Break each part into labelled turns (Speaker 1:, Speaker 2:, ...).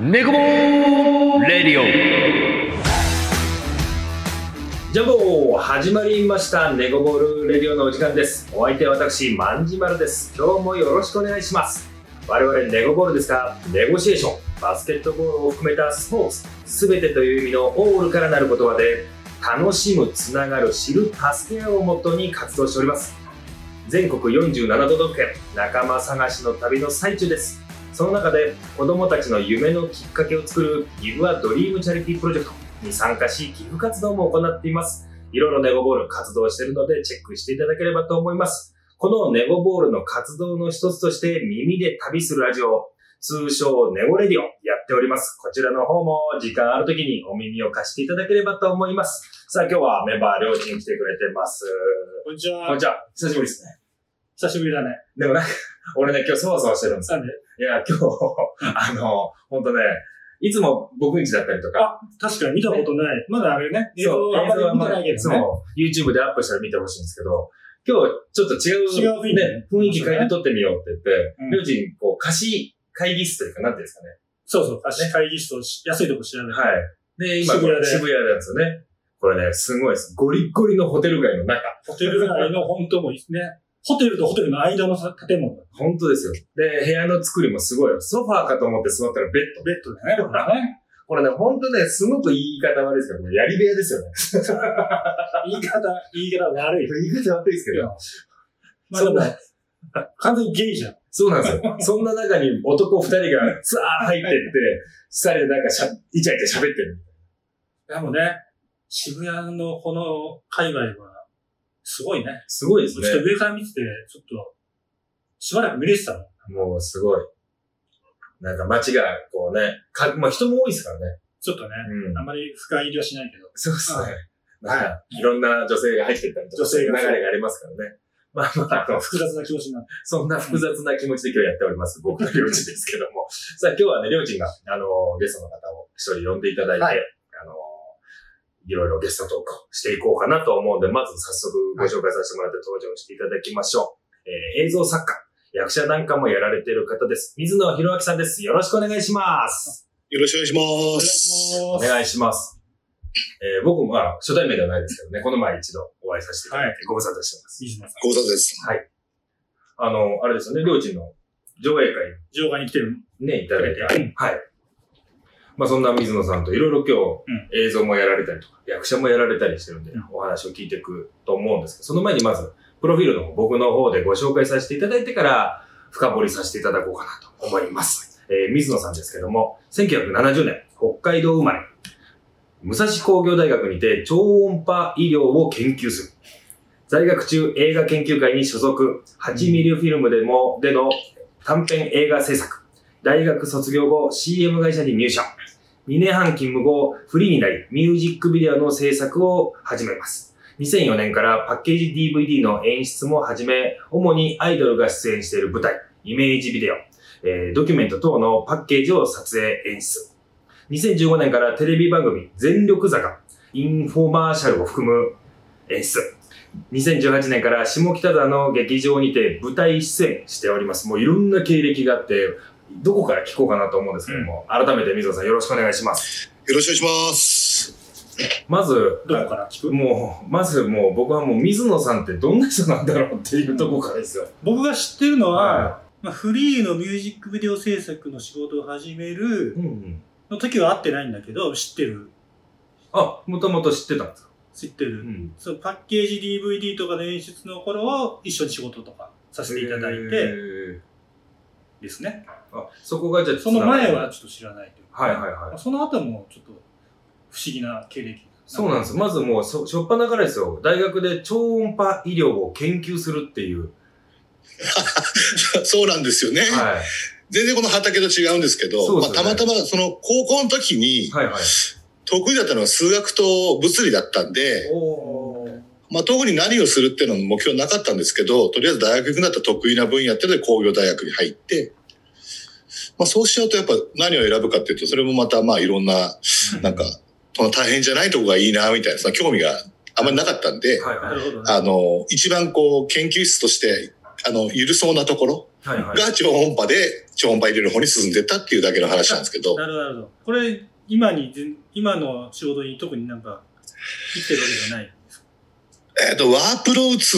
Speaker 1: ネコボーレディ
Speaker 2: ジャンボ始まりましたネゴボールレディオのお時間ですお相手は私万事丸です今日もよろしくお願いします我々ネゴボールですがネゴシエーションバスケットボールを含めたスポーツすべてという意味のオールからなる言葉で楽しむつながる知る助け合うをもとに活動しております全国47都道府県仲間探しの旅の最中ですその中で子どもたちの夢のきっかけを作る Give a Dream チャリティープロジェクトに参加し、寄付活動も行っています。いろいろネゴボール活動しているので、チェックしていただければと思います。このネゴボールの活動の一つとして、耳で旅するラジオ、通称ネゴレディオ、やっております。こちらの方も時間ある時にお耳を貸していただければと思います。さあ、今日はメンバー、りょうちん来てくれてます。
Speaker 3: こんにちは。
Speaker 2: こんにちは。久しぶりですね。
Speaker 3: 久しぶりだね。
Speaker 2: でもなんか、 俺ね、今日そわそわしてるんですよ
Speaker 3: なんで
Speaker 2: いや、今日、 あの、ほんとね、いつも僕んちだったりとか、
Speaker 3: 確かに見たことない。まだあれね。
Speaker 2: そう、
Speaker 3: あ
Speaker 2: あ
Speaker 3: ん
Speaker 2: んまりま
Speaker 3: まり見てな
Speaker 2: あ
Speaker 3: いけ
Speaker 2: いつ
Speaker 3: どね。
Speaker 2: も YouTube でアップしたら見てほしいんですけど、今日ちょっと違う、
Speaker 3: 違う雰囲気
Speaker 2: ね、雰囲気変えて撮ってみようって言って
Speaker 3: う、ん
Speaker 2: りょうちん、こう、貸し会議室というか、なんていうんですかね。
Speaker 3: そうそう。貸し会議室とし安いとこ調べる。
Speaker 2: はい。で、今、こ
Speaker 3: 渋谷
Speaker 2: れ
Speaker 3: で
Speaker 2: 渋谷なんですよね。これね、すごいです。ゴリッゴリのホテル街の中。
Speaker 3: ホテル街の本当もいいですね。ホテルとホテルの間のさ建物。
Speaker 2: 本当ですよ。で、部屋の作りもすごいよ。ソファーかと思って座ったらベッド。
Speaker 3: ベッドだね。これね
Speaker 2: これね、本当ね、すごく言い方悪いですけど、これやり部屋ですよね。
Speaker 3: 言い方、 言い方悪い。
Speaker 2: 言い方悪いですけど。
Speaker 3: まあでも
Speaker 2: そ、
Speaker 3: 完全にゲイじゃん。
Speaker 2: そうなんです よ。そんな中に男二人がツアー入ってって、二人でなんかしゃ、イチャイチャ喋ってる。
Speaker 3: でもね、渋谷のこの海外は、すごいね。
Speaker 2: すごいで
Speaker 3: ちょっと。上から見てて、ちょっと、しばらく見れてたもん。
Speaker 2: もうすごい。なんか街が、こうね、か、まあ人も多いですからね。
Speaker 3: ちょっとね、
Speaker 2: うん
Speaker 3: あんまり深入りはしないけど。
Speaker 2: そうですね。
Speaker 3: はい
Speaker 2: なんか、いろんな女性が入ってったりとか、
Speaker 3: 女性が
Speaker 2: 流れがありますからね。まあまあ、あの、
Speaker 3: 複雑な気持ちになる。
Speaker 2: そんな複雑な気持ちで今日やっております。僕のりょうちんですけども。 さあ、今日はね、りょうちんが、あの、ゲストの方を一人呼んでいただいて、
Speaker 4: はい
Speaker 2: あの、いろいろゲストトークをしていこうかなと思うんで、まず早速ご紹介させてもらって登場していただきましょう。えー映像作家、役者なんかもやられている方です。水野博明さんです。よろしくお願いします。
Speaker 4: よろしくお願いし
Speaker 3: お
Speaker 4: ます。
Speaker 2: お
Speaker 3: 願いし
Speaker 2: 願いします。えー僕も、まあ、初対面ではないですけどね、この前一度お会いさせていただいて、ご無沙汰してます。
Speaker 3: 水野さん。
Speaker 4: ご無沙汰です。
Speaker 2: あの、あれですよね、りょうちんの上映会
Speaker 3: 場外に来てる。
Speaker 2: ね、いただいて、
Speaker 3: うん
Speaker 2: はい。まあそんな水野さんといろいろ今日映像もやられたりとか、役者もやられたりしてるんで
Speaker 3: うん、
Speaker 2: お話を聞いていくと思うんですけど、その前にまず、プロフィールの方僕の方でご紹介させていただいてから、深掘りさせていただこうかなと思います。えー、水野さんですけども、1970年、北海道生まれ、武蔵工業大学にて超音波医療を研究する。在学中映画研究会に所属、8ミリフィルムでも、での短編映画制作。大学卒業後、CM 会社に入社。2年半勤務後、フリーになり、ミュージックビデオの制作を始めます。2004年からパッケージ DVD の演出も始め、主にアイドルが出演している舞台、イメージビデオ、えードキュメント等のパッケージを撮影演出。2015年からテレビ番組、全力坂、インフォマーシャルを含む演出。2018年から下北沢の劇場にて舞台出演しております。もういろんな経歴があって、どこから聞こうかなと思うんですけども、改めて水野さんよろしくお願いします。
Speaker 4: よろしくお願いします。
Speaker 2: まず、
Speaker 3: どこから聞く
Speaker 2: もう、まずもう僕はもう水野さんってどんな人なんだろうっていうとこからですよ。
Speaker 3: 僕が知ってるのは、
Speaker 2: は
Speaker 3: まあ、フリーのミュージックビデオ制作の仕事を始める
Speaker 2: い。うんうん。
Speaker 3: の時は会ってないんだけど、知ってる。
Speaker 2: あ、もともと知ってたんですか
Speaker 3: 知ってる。
Speaker 2: ん。
Speaker 3: そのパッケージ DVD とかの演出の頃を一緒に仕事とかさせていただい
Speaker 2: へ
Speaker 3: て
Speaker 2: ー
Speaker 3: ですね。
Speaker 2: あ、そこがじゃあ
Speaker 3: その前は
Speaker 2: は
Speaker 3: ちょっと知らないというか
Speaker 2: いはいはい。
Speaker 3: その後もちょっと不思議な経歴。
Speaker 2: そうなんです。まずもう、そ、しょっぱなからですよ。大学で超音波医療を研究するっていう。
Speaker 4: そうなんですよね。
Speaker 2: はい。
Speaker 4: 全然この畑と違うんですけど、
Speaker 2: そうで
Speaker 4: ますあ、
Speaker 2: ね
Speaker 4: たまたまその高校の時に
Speaker 2: はいはい。
Speaker 4: 得意だったのは数学と物理だったんで、
Speaker 2: おー。
Speaker 4: まあ、特に何をするっていうのも目標なかったんですけど、とりあえず大学行くんだったら得意な分野っていうので工業大学に入って、まあ、そうしちゃうとやっぱ何を選ぶかっていうと、それもまたまあいろんな、なんか、その大変じゃないとこがいいな、みたいな、その興味があんまりなかったんで、
Speaker 2: はい
Speaker 3: な
Speaker 2: はい。
Speaker 3: るほどね。
Speaker 4: あの、一番こう、研究室として、あの、緩そうなところ、
Speaker 2: はいはい。
Speaker 4: が超音波で超音波入れる方に進んでったっていうだけの話なんですけど、
Speaker 3: なるほど、なるほど。これ、今に全、今の仕事に特になんか、生きてるわけじゃない。
Speaker 4: えっ、と、ワープロ打つ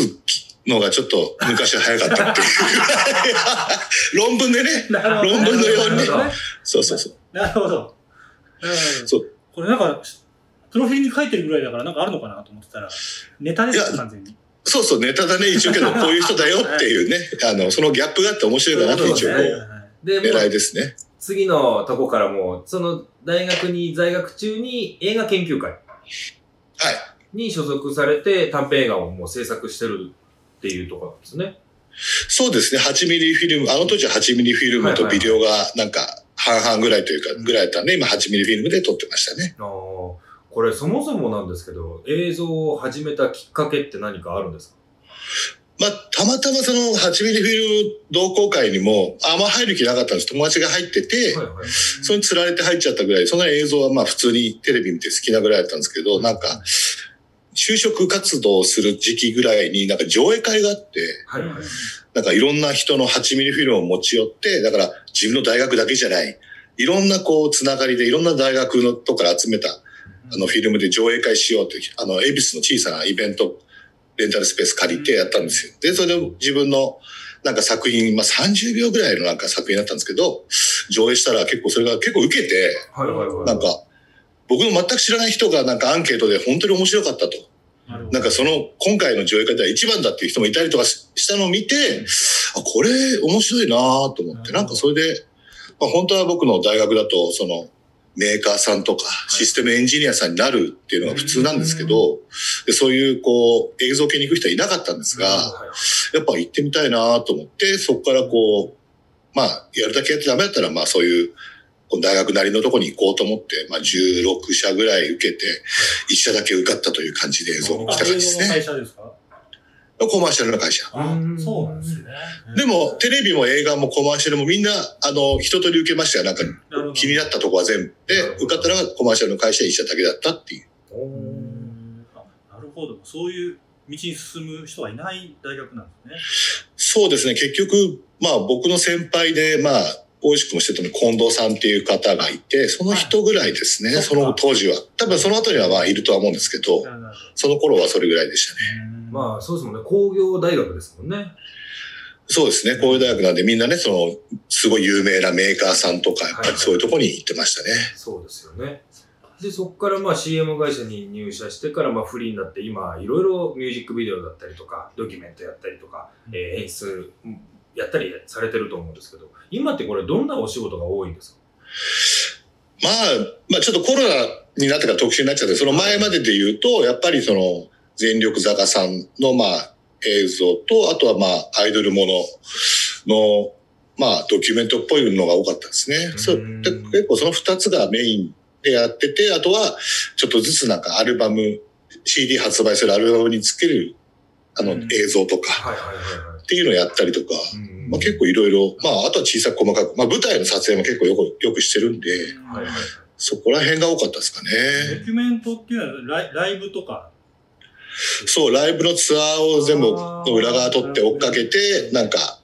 Speaker 4: のがちょっと昔は早かったって いう。論文でね。
Speaker 3: なるほど
Speaker 4: 論文のようにね
Speaker 3: なるほどね
Speaker 4: そうそうそう。
Speaker 3: なるほど。なるほど
Speaker 4: そう
Speaker 3: これなんか、プロフィールに書いてるぐらいだからなんかあるのかなと思ってたら、ネタです
Speaker 4: い
Speaker 3: よ、
Speaker 4: や
Speaker 3: 完全に。
Speaker 4: そうそう、ネタだね、一応けど、こういう人だよっていうね。あの、そのギャップがあって面白いかなと一応こ
Speaker 2: そう
Speaker 4: う、
Speaker 2: ねで、も、
Speaker 4: 狙いうですね。
Speaker 2: 次のとこからもう、その大学に在学中に映画研究会
Speaker 4: はい。
Speaker 2: に所属されて短編映画をもう制作してるっていうところなんですね。
Speaker 4: そうですね、8ミリフィルム、あの当時は8ミリフィルムと
Speaker 2: はいはいはい
Speaker 4: ビデオがなんか半々ぐらいというか、ぐらいだったんで、今8ミリフィルムで撮ってましたね。
Speaker 2: ああ、これそもそもなんですけど、映像を始めたきっかけって何かあるんですか
Speaker 4: まあ、たまたまその8ミリフィルム同好会にも、あんま入る気なかったんです。友達が入ってて、
Speaker 2: はいはい。
Speaker 4: それに釣られて入っちゃったぐらい、その映像はまあ普通にテレビ見て好きなぐらいだったんですけど、なんか、就職活動をする時期ぐらいになんか上映会があって、
Speaker 2: はいはい。
Speaker 4: なんかいろんな人の8ミリフィルムを持ち寄って、だから自分の大学だけじゃない、いろんなこうつながりでいろんな大学のとこから集めたあのフィルムで上映会しようという、あの、恵比寿の小さなイベント、レンタルスペース借りてやったんですよ。で、それで自分のなんか作品、まあ、30秒ぐらいのなんか作品だったんですけど、上映したら結構それが結構受けて、
Speaker 2: はいはいはい。
Speaker 4: なんか、僕の全く知らない人がなんかアンケートで本当に面白かったと。
Speaker 3: なるほ
Speaker 4: な
Speaker 3: ど
Speaker 4: ん。かその、今回の上映会では一番だっていう人もいたりとかししたのを見て、あ、これ面白いなと思って、なんかそれで、まあ、本当は僕の大学だと、その、メーカーさんとかシステムエンジニアさんになるっていうのが普通なんですけど、でそういうこう、映像系に行く人はいなかったんですが、
Speaker 2: はいはい
Speaker 4: やっぱ行ってみたいなと思って、そこからこう、まあ、やるだけやってダメだったら、まあそういう、こう大学なりのとこに行こうと思って、まあ16社ぐらい受けて、1社だけ受かったという感じで映像に来た
Speaker 3: あ、
Speaker 4: 感じ
Speaker 3: 英
Speaker 4: で
Speaker 3: 語
Speaker 4: す
Speaker 3: の
Speaker 4: ね。
Speaker 3: 会社ですか
Speaker 4: コマーシャルの会社。
Speaker 3: あ
Speaker 2: うん、
Speaker 3: そうなんですね。
Speaker 4: でも、テレビも映画もコマーシャルもみんな、あの、一通り受けましたよ。なんか、
Speaker 3: なるほど
Speaker 4: 気になったとこは全部。で、受かったのがコマーシャルの会社一社だけだったっていう。
Speaker 2: お
Speaker 3: う
Speaker 2: ー
Speaker 3: んあなるほど。そういう道に進む人がいない大学なんです
Speaker 4: そうですね。結局、まあ、僕の先輩で、まあ、大石君もしてたのに近藤さんっていう方がいて、その人ぐらいですね。
Speaker 3: はい
Speaker 4: その当時は。多分その後にはまあ、いるとは思うんですけど
Speaker 3: ね。、なるほど
Speaker 4: その頃はそれぐらいでしたね。
Speaker 3: ま
Speaker 2: まあ、そうですもんね。工業大学ですもんね。
Speaker 4: そうですね。こういう大学なんで、みんなね、その、すごい有名なメーカーさんとか、やっぱりそういうとこに行ってましたね。
Speaker 2: そうですよね。で、そこからまあ CM 会社に入社してからまあフリーになって、今、いろいろミュージックビデオだったりとか、ドキュメントやったりとか、
Speaker 3: うん
Speaker 2: えー演出うんやったりされてると思うんですけど、今ってこれどんなお仕事が多いんですか
Speaker 4: まあ、まあちょっとコロナになってから特殊になっちゃって、その前までで言うと、やっぱりその、全力坂さんの、まあ、映像と、あとはまあ、アイドルものの、まあ、ドキュメントっぽいのが多かったですね。そう
Speaker 2: うん
Speaker 4: で結構その二つがメインでやってて、あとは、ちょっとずつなんかアルバム、CD 発売するアルバムにつける、あの、
Speaker 3: うん
Speaker 4: 映像とか、
Speaker 2: はいはいはいはい。
Speaker 4: っていうのをやったりとか、
Speaker 2: うん
Speaker 4: まあ結構いろいろ、まあ、あとは小さく細かく、まあ、舞台の撮影も結構よく、よくしてるんで、
Speaker 3: は
Speaker 2: はいいはいはい。
Speaker 4: そこら辺が多かったですかね。
Speaker 3: ドキュメントっていうのはライライブとか、
Speaker 4: そう、ライブのツアーを全部
Speaker 2: あ
Speaker 4: の
Speaker 2: ー
Speaker 4: 裏側取って追っかけて、なんか、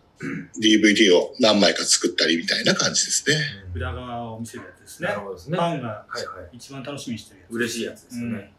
Speaker 4: DVD を何枚か作ったりみたいな感じですね。
Speaker 2: うん
Speaker 3: 裏側を見せるやつですね。
Speaker 2: なる
Speaker 3: フ
Speaker 2: ほどですね。は
Speaker 3: ァン
Speaker 2: い
Speaker 3: が
Speaker 2: はい。
Speaker 3: 一番楽しみにしてるやつ。
Speaker 2: 嬉しいやつですよね。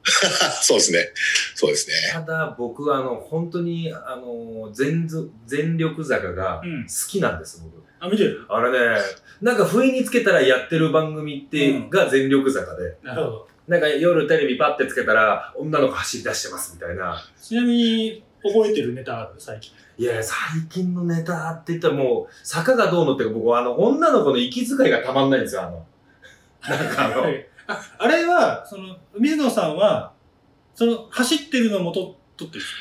Speaker 4: そうですね。そうですね。
Speaker 2: ただ僕はあの本当にあの全ず全力坂が
Speaker 3: うん
Speaker 2: 好きなんです、僕
Speaker 3: うん。あ、見てる
Speaker 2: あれねなんか不意につけたらやってる番組って、
Speaker 3: うん
Speaker 2: が全力坂で
Speaker 3: なるほど。
Speaker 2: なんか夜テレビパッてつけたら女の子走り出してますみたいな
Speaker 3: ちなみに、覚えてるネタある最近。
Speaker 2: いや最近のネタって言ったらもう坂がどうのって僕はあの女の子の息遣いがたまんないんですよあのなんかあの、
Speaker 3: はいあ あれは、その、水野さんは、その、走ってるのもと撮ってるんです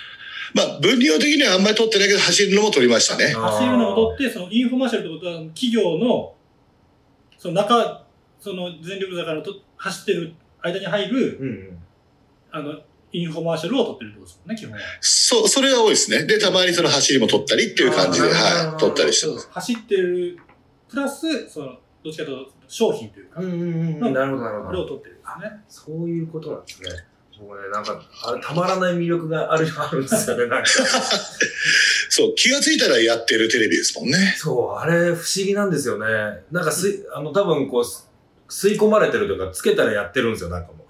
Speaker 4: まあ、分量的にはあんまり撮ってないけど、走るのも撮りましたね。
Speaker 3: か走るのも撮って、その、インフォマーシャルってことは、企業の、その中、その、全力坂のと走ってる間に入る、
Speaker 2: うんうん
Speaker 3: あの、インフォマーシャルを撮ってるってことですもんね、基本は。
Speaker 4: そう、それは多いですね。で、たまにその走りも撮ったりっていう感じで、
Speaker 2: あーなる
Speaker 4: は
Speaker 2: ほ
Speaker 4: い、
Speaker 2: ど
Speaker 4: 撮ったりして
Speaker 3: そう
Speaker 4: ま。
Speaker 3: ですす走ってる、プラス、その、どっちかというと商品というか、
Speaker 2: うんうんうんうんなるほどなるほ
Speaker 3: これを
Speaker 2: ど
Speaker 3: 取ってるんですね。
Speaker 2: そういうことなんですね僕ね、なんか、あれ、たまらない魅力がある、あるんですよ ね、なんか。
Speaker 4: そう、気がついたらやってるテレビですもんね。
Speaker 2: そう、あれ、不思議なんですよね。なんか、すい、あの、多分、こう、す吸い込まれてるというか、つけたらやってるんですよ、なんかも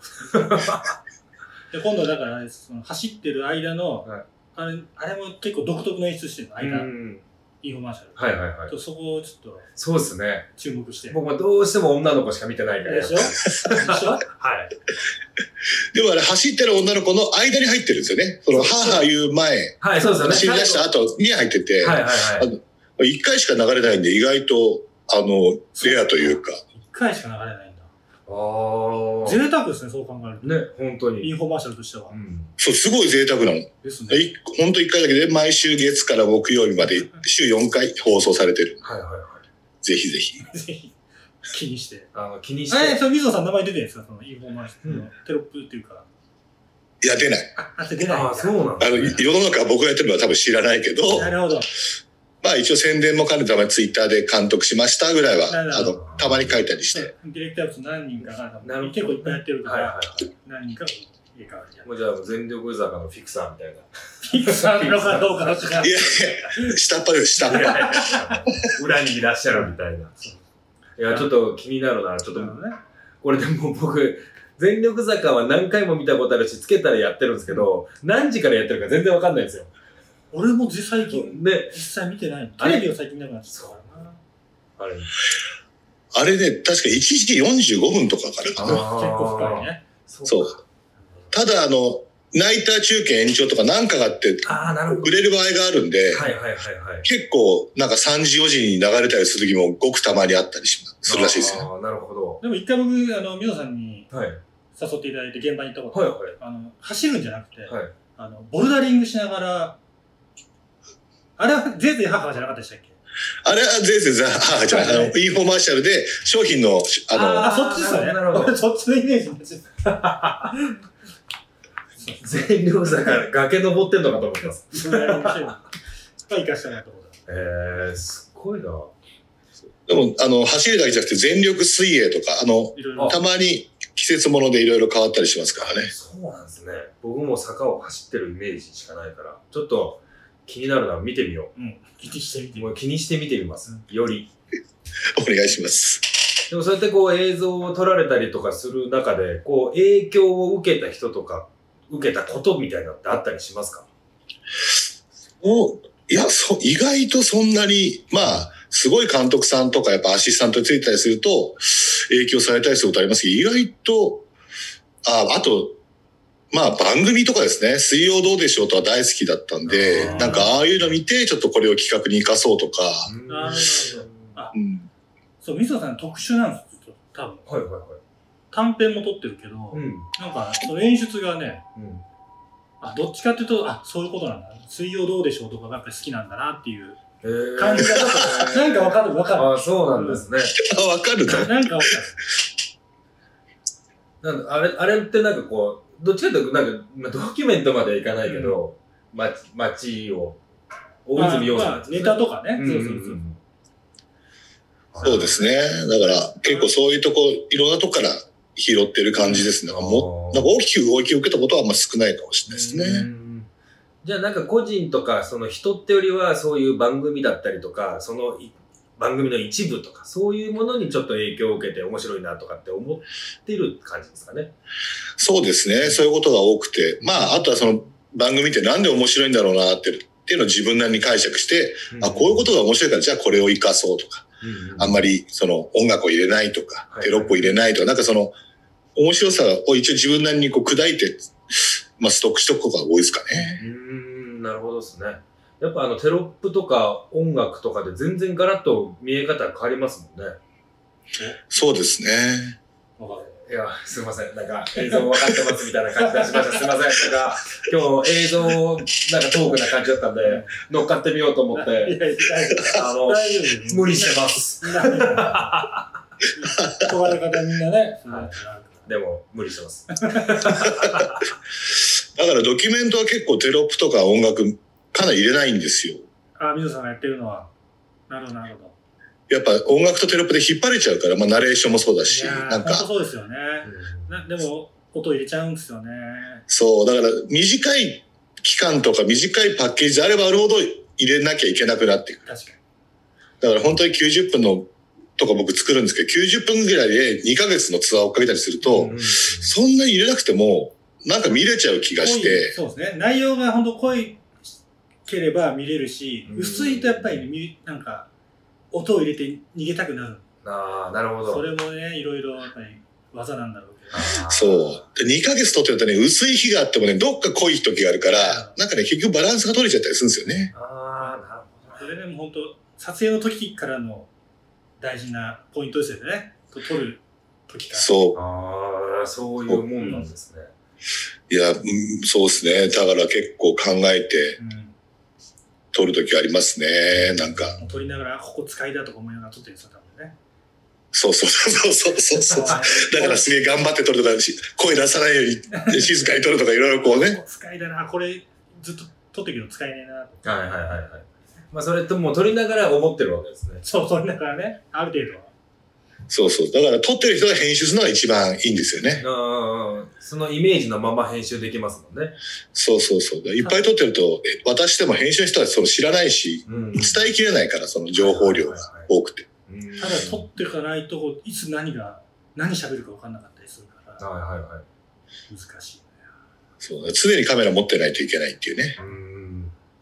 Speaker 3: で、今度だからあれです、その走ってる間の、
Speaker 2: はい
Speaker 3: あれ、あれも結構独特の演出してるの、
Speaker 2: う。う
Speaker 3: 間、
Speaker 2: ん。
Speaker 3: インフォマーシャル。
Speaker 2: はいはいはい
Speaker 3: ちょっ。とそこをちょっと
Speaker 2: そうですね。
Speaker 3: 注目して。
Speaker 2: 僕もどうしても女の子しか見てないから。
Speaker 3: でしょでしょ
Speaker 2: はい。
Speaker 4: でもあれ、走ってる女の子の間に入ってるんですよね。その、はーはー言う前、
Speaker 2: はい、そうです
Speaker 4: 走
Speaker 2: よ
Speaker 4: り
Speaker 2: ね。
Speaker 4: 出した後に入ってて、
Speaker 2: はいはいはい。
Speaker 4: 一回しか流れないんで、意外と、あの、レアというか、
Speaker 3: 一回しか流れないんだ。
Speaker 2: ああ。
Speaker 3: 贅沢ですね、そう考える
Speaker 2: ね、本当
Speaker 3: と。イ
Speaker 2: に。
Speaker 3: ンフォマーシャルとしては
Speaker 2: う。ん。
Speaker 4: そう、すごい贅沢なの。
Speaker 3: ですね。
Speaker 4: いほんと一回だけで、毎週月から木曜日まで、週4回放送されてる。
Speaker 2: はいはいはい。
Speaker 4: ぜひぜひ。
Speaker 3: ぜひ、気にして。
Speaker 2: あの、気にし
Speaker 3: え、
Speaker 2: て。
Speaker 3: それ、水野さん名前出てるんですかそのインフォマーシャル
Speaker 2: う
Speaker 3: のテロップっていうか。
Speaker 4: いや、出ない。
Speaker 3: あ、出てないんだ
Speaker 2: ああ、そうなん
Speaker 4: あ
Speaker 2: だ
Speaker 4: の、世の中は僕がやってるのは多分知らないけど、
Speaker 3: なるほど。
Speaker 4: まあ一応宣伝も兼ねたまにツイッターで監督しましたぐらいは
Speaker 3: なる、
Speaker 4: あ
Speaker 3: ほ
Speaker 4: の、たまに書いたりし
Speaker 3: そう
Speaker 4: て。
Speaker 3: ディレクターやつ何人かが
Speaker 2: なるほど
Speaker 3: 結構いっぱいやってるか
Speaker 2: はいはい
Speaker 3: ら
Speaker 2: は、
Speaker 3: 何人かが入れ替わりや
Speaker 2: い。もうじゃあ、全力坂のフィクサーみたいな。
Speaker 3: ピクサーなのかどうかは知らないい。
Speaker 4: やいや、下っ端よ、下っ端。
Speaker 2: 裏にいらっしゃるみたいな。いや、ちょっと気になるな。ちょっと、
Speaker 3: ね。
Speaker 2: これでも僕、全力坂は何回も見たことあるし、つけたらやってるんですけど、何時からやってるか全然わかんないんですよ。
Speaker 3: 俺も実際最近、
Speaker 2: で、
Speaker 3: 実際見てないの。テレビを最近見なくなっちゃったからな。
Speaker 2: あれ、
Speaker 4: あれね、確か一時期45分とかかな。
Speaker 2: あー
Speaker 3: 結構深いね。
Speaker 2: そ
Speaker 4: そう
Speaker 2: か。
Speaker 4: ただ、あの、ナイター中継延長とかなんかがあって、
Speaker 2: ああ、なるほ
Speaker 4: 売れる場合があるんで
Speaker 2: ど。、はいはいはいはい。
Speaker 4: 結構、なんか3時4時に流れたりする時もごくたまにあったりしまするらしいですね。
Speaker 2: ああ、なるほど。
Speaker 3: でも一回僕、あの、水野さんに
Speaker 2: はい。はい
Speaker 3: 誘っていただいて現場に行ったことあ
Speaker 2: は
Speaker 3: る
Speaker 2: いはい。
Speaker 3: あの、走るんじゃなくて、
Speaker 2: はい
Speaker 3: あの、ボルダリングしながら、あれは、ぜいぜい母じゃなかったでしたっけ
Speaker 4: あれは全然ザ、あじゃない、あの、インフォマーシャルで商品の、あの、
Speaker 2: あー
Speaker 3: あそっちですよね。
Speaker 2: なるほど
Speaker 3: 俺 そっちのイメージになっちゃったそうそう
Speaker 2: 全力坂、崖登ってんのかと思ってます。
Speaker 3: ボルダリングしてるまあ行かしてもらったことある
Speaker 2: えー、すごいな。
Speaker 4: でも、あの、走るだけじゃなくて全力水泳とか、あの、
Speaker 3: いろいろ
Speaker 4: たまに季節ものでいろいろ変わったりしますからね。
Speaker 2: そうなんですね。僕も坂を走ってるイメージしかないから、ちょっと気になるなら見てみよ
Speaker 3: 聞いてしてみ
Speaker 2: う。
Speaker 3: て。
Speaker 2: もう気にして見てみます。より。
Speaker 4: お願いします。
Speaker 2: でもそうやってこう映像を撮られたりとかする中で、こう影響を受けた人とか、受けたことみたいなのってあったりしますか
Speaker 4: おいや、そう、意外とそんなに、まあ、すごい監督さんとか、やっぱアシスタントについたりすると、影響されたりすることありますけど、意外と、あ、あと、まあ、番組とかですね、水曜どうでしょうとは大好きだったんで
Speaker 2: あー、
Speaker 4: なんか、ああいうの見て、ちょっとこれを企画に活かそうとか、
Speaker 3: なるほどあ
Speaker 4: うん、
Speaker 3: そう、水野さん特殊なんですよ、多分。
Speaker 2: はいはいはい。
Speaker 3: 短編も撮ってるけど、
Speaker 2: うん。
Speaker 3: なんか、その演出がね、
Speaker 2: うん。
Speaker 3: あ、どっちかっていうと、あ、そういうことなんだ。水曜どうでしょうとかがやっぱり好きなんだなっていう
Speaker 2: えー
Speaker 3: 感じが、 なんかわかるわかる。
Speaker 2: あそうなんですね。
Speaker 4: あわかるの
Speaker 3: なんかわかる。
Speaker 2: なんかあれ、あれってなんかこう、どっちかというと、なんか、まあ、ドキュメントまではいかないけど、ま、街を、大泉洋さん
Speaker 3: ま
Speaker 2: で
Speaker 3: あまあ
Speaker 2: すね、
Speaker 3: ネタとかね。
Speaker 2: う
Speaker 3: そ
Speaker 2: ん
Speaker 3: う
Speaker 2: うん
Speaker 3: そううんそう。
Speaker 4: そうですね。だから、結構そういうとこ、いろんなとこから拾ってる感じですね。も
Speaker 2: あー
Speaker 4: なんか大きく動きを受けたことはあんま少ないかもしれないです
Speaker 2: う
Speaker 4: ね。
Speaker 2: んじゃあなんか個人とかその人ってよりはそういう番組だったりとかそのい番組の一部とかそういうものにちょっと影響を受けて面白いなとかって思ってる感じですかね。
Speaker 4: そうですね。そういうことが多くて。まあ、あとはその番組ってなんで面白いんだろうなって、っていうのを自分なりに解釈して、あ、こういうことが面白いから、じゃあこれを活かそうとか、あんまりその音楽を入れないとか
Speaker 2: は、い
Speaker 4: テロップを入れないとか、なんかその、面白さを一応自分なりにこう砕いて、まあ、ストックしとくことが多いですかね。
Speaker 2: うーんなるほどですね。やっぱあのテロップとか音楽とかで全然ガラッと見え方変わりますもんね。
Speaker 4: そうですね。
Speaker 3: わか
Speaker 2: い
Speaker 3: る。
Speaker 2: や、すいません。なんか、映像分かってますみたいな感じがしました。すいません。なんか、今日映像、なんかトークな感じだったんで、乗っかってみようと思っ
Speaker 3: いやい
Speaker 2: て、
Speaker 3: や、大丈
Speaker 2: あ
Speaker 3: 夫
Speaker 2: の、
Speaker 3: 大丈夫です。
Speaker 2: 無理してます。
Speaker 3: みんな。壊れ方みんなね。そうなるから
Speaker 2: でも、無理してます。
Speaker 4: だからドキュメントは結構テロップとか音楽かなり入れないんですよ。
Speaker 3: あ、水野さんがやってるのは。なるほど、なるほど。
Speaker 4: やっぱ音楽とテロップで引っ張れちゃうから、まあナレーションもそうだし、
Speaker 3: いやー
Speaker 4: なん
Speaker 3: 本当
Speaker 4: か、
Speaker 3: そうですよね。なでも、音入れちゃうんですよね。
Speaker 4: そう、だから短い期間とか短いパッケージであればあるほど入れなきゃいけなくなっていく。
Speaker 3: 確かに。
Speaker 4: だから本当に90分のとか僕作るんですけど、90分ぐらいで2ヶ月のツアーを追っかけたりすると、
Speaker 2: うん
Speaker 4: そんなに入れなくても、なんか見れちゃう気がし
Speaker 3: 濃い
Speaker 4: て、
Speaker 3: そうですね。内容が本当濃いければ見れるし、
Speaker 2: うん
Speaker 3: 薄いとやっぱりねみなんか、音を入れて逃げたくなる。
Speaker 2: ああ、なるほど。
Speaker 3: それもね、いろいろやっぱり技なんだろうけど。
Speaker 4: そう。で2ヶ月撮ってるとね、薄い日があってもね、どっか濃い時があるから、なんかね、結局バランスが取れちゃったりするんですよね。
Speaker 2: ああ、なるほど。
Speaker 3: それでも本当、撮影の時からの大事なポイントですよね。と撮る時から。
Speaker 4: そう。
Speaker 2: ああ、そういうもんなんですね。
Speaker 4: いや、うんそうですね。だから結構考えて
Speaker 3: うん。
Speaker 4: 撮る時ありますね。なんか、
Speaker 3: 撮りながら、ここ使いだとか思いながら撮ってるんですよ、多分ね。
Speaker 4: そうそうそうそうそうそう。だからすげえ頑張って撮るとか、し声出さないように静かに撮るとかいろいろこうね。
Speaker 3: ここ使いだな、これずっと撮ってるけど使えねえなと。
Speaker 2: はいはいはいはい。まあ、それともう取りながら思ってるわけですね。
Speaker 3: そう、撮りながらね、ある程度は。
Speaker 4: そうそう。だから撮ってる人が編集するのが一番いいんですよね。
Speaker 2: ああ、そのイメージのまま編集できますもんね。
Speaker 4: そうそうそう。いっぱい撮ってると、え渡しても編集の人はその知らないし、
Speaker 2: うん
Speaker 4: 伝えきれないから、その情報量が多くて。
Speaker 2: うん
Speaker 3: ただ撮っていかないと、いつ何が、何喋るか分かんなかったりするから、
Speaker 2: はいはいはい。
Speaker 3: 難しいね。
Speaker 4: そう常にカメラ持ってないといけないっていうね。
Speaker 2: うん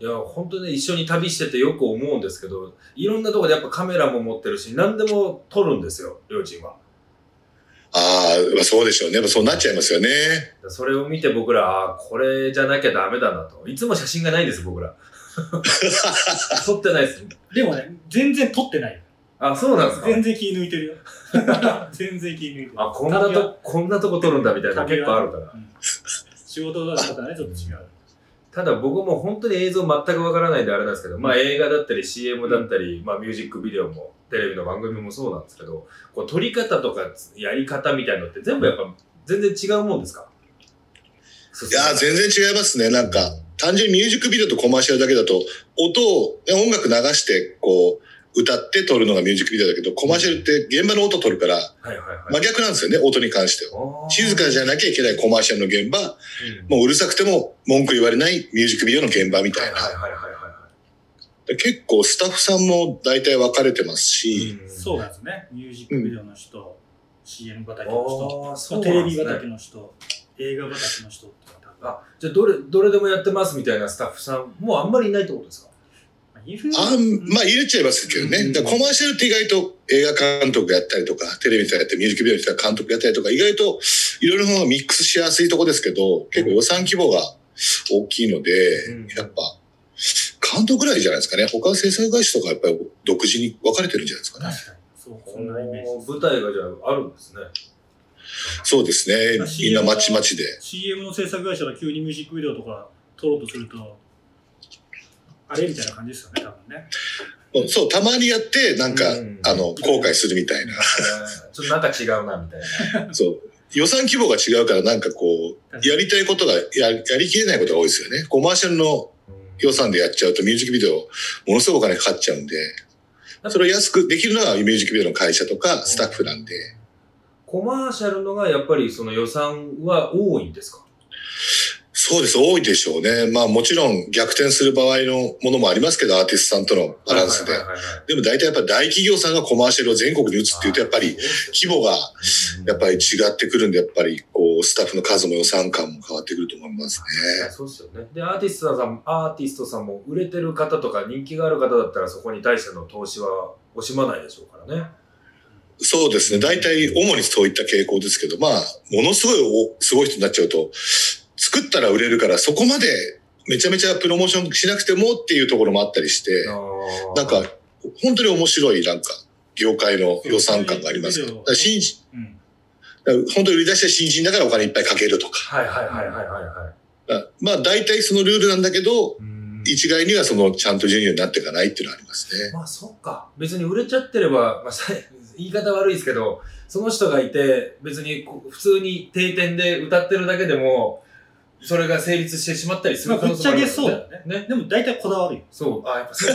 Speaker 2: いや、本当ね、一緒に旅しててよく思うんですけど、いろんなとこでやっぱカメラも持ってるし、何でも撮るんですよ、りょうちんは。
Speaker 4: ああ、まあそうでしょうね。やっぱそうなっちゃいますよね。
Speaker 2: それを見て僕ら、ああこれじゃなきゃダメだなと。いつも写真がないんです、 僕ら。撮ってないです。
Speaker 3: でもね、全然撮ってないよ。
Speaker 2: あ、そうなんですか
Speaker 3: 全然気抜い てるよ。全然気抜いてる。
Speaker 2: あ、こんな
Speaker 3: 旅は
Speaker 2: と、こんなとこ撮るんだみたいな
Speaker 3: 旅
Speaker 2: 結
Speaker 3: は
Speaker 2: 構あるから。
Speaker 3: うん仕事だとね、ちょっと違う。
Speaker 2: ただ僕も本当に映像全くわからないんであれなんですけど、まあ映画だったり CM だったり、まあミュージックビデオもテレビの番組もそうなんですけど、こう撮り方とかやり方みたいのって全部やっぱ全然違うもんですか
Speaker 4: いやー、全然違いますね。なんか、単純にミュージックビデオとコマーシャルだけだと、音を、ね音楽流して、こう、歌って撮るのがミュージックビデオだけど、コマーシャルって現場の音撮るから、
Speaker 2: はいはいはい。
Speaker 4: 真逆なんですよね、音に関しては。静かじゃ
Speaker 2: ない。
Speaker 4: なきゃいけないコマーシャルの現場、
Speaker 2: うん
Speaker 4: もううるさくても文句言われないミュージックビデオの現場みた
Speaker 2: はい
Speaker 4: いな。
Speaker 2: はいはいはいは
Speaker 4: 結構スタッフさんも大体分かれてます
Speaker 2: い
Speaker 4: し、
Speaker 2: ん。
Speaker 3: そうなんですね。ミュージックビデオの人、CM 畑の人、
Speaker 2: ああ、
Speaker 3: ま
Speaker 2: そ
Speaker 3: あ
Speaker 2: う
Speaker 3: テ
Speaker 2: な
Speaker 3: レ
Speaker 2: んで
Speaker 3: ビ
Speaker 2: すね
Speaker 3: 畑の人、映画畑の人っていうのが多分
Speaker 2: あ、じゃあどれ、どれでもやってますみたいなスタッフさん、もうあんまりいないってことですか
Speaker 3: まあいる
Speaker 4: あんまあ入れちゃいますけど
Speaker 2: う
Speaker 4: ね。
Speaker 2: ん
Speaker 4: だからコマーシャルって意外と映画監督やったりとか、テレビとかやってミュージックビデオとか監督やったりとか、意外といろいろなものがミックスしやすいとこですけど、結構予算規模が大きいので
Speaker 2: うん、
Speaker 4: やっぱ、監督ぐらいじゃないですかね。他の制作会社とかやっぱり独自に分かれてるんじゃないですかね。
Speaker 3: 確かに。そう、そんなイメージ
Speaker 2: お
Speaker 3: で
Speaker 2: ー
Speaker 3: す。
Speaker 2: 舞台がじゃああるんですね。
Speaker 4: そうですね
Speaker 3: まあ。
Speaker 4: みん
Speaker 3: CM
Speaker 4: なまちまちで。
Speaker 3: CM の制作会社が急にミュージックビデオとか撮ろうとすると、あれみたいな感じですよね、多分ね。
Speaker 4: うんそう、たまにやって、なんか、
Speaker 2: うん
Speaker 4: あの、後悔するみた いな。
Speaker 2: あーちょっとなんか違うなみたいな。
Speaker 4: そう。予算規模が違うから、なんかこう、やりたいことがや、やりきれないことが多いですよね。コマーシャルの予算でやっちゃうと、ミュージックビデオ、ものすごくお金かかっちゃうんで、それを安くできるのはミュージックビデオの会社とかスタッフなんで、
Speaker 2: コマーシャルのがやっぱりその予算は多いんですか
Speaker 4: そうです、多いでしょうね。まあもちろん逆転する場合のものもありますけど、アーティストさんとのバランスで
Speaker 2: はい。はいはいはい
Speaker 4: でも大体やっぱ大企業さんがコマーシャルを全国に打つっていうと、やっぱり規模がやっぱり違ってくるんで、やっぱりこう、スタッフの数も予算感も変わってくると思いますね。
Speaker 2: そうですよね。で、アーティストさん、アーティストさんも売れてる方とか人気がある方だったらそこに対しての投資は惜しまないでしょうからね。
Speaker 4: そうですね。大体主にそういった傾向ですけど、まあ、ものすごいお、すごい人になっちゃうと、作ったら売れるから、そこまでめちゃめちゃプロモーションしなくてもっていうところもあったりして、
Speaker 2: あー
Speaker 4: なんか、本当に面白い、なんか、業界の予算感がありますけど、
Speaker 3: そう
Speaker 4: だから新人、
Speaker 3: うん。
Speaker 4: だから本当に売り出して新人だからお金いっぱいかけるとか。
Speaker 2: はいはいはいはいはいはい。
Speaker 4: だからまあ、大体そのルールなんだけど、
Speaker 2: うん
Speaker 4: 一概にはそのちゃんとジュニアになっていかないっていうのはありますね。
Speaker 2: まあそっか。別に売れちゃってれば、まあ、さ 言い方悪いですけど、その人がいて、別にこう普通に定点で歌ってるだけでも、それが成立してしまったりす
Speaker 3: ま
Speaker 2: る
Speaker 3: あ、ぶっちゃけそうだ
Speaker 2: よ
Speaker 3: よね。
Speaker 2: ね。
Speaker 3: でも大体こだわるよ。
Speaker 2: そう。あ、やっぱ そう。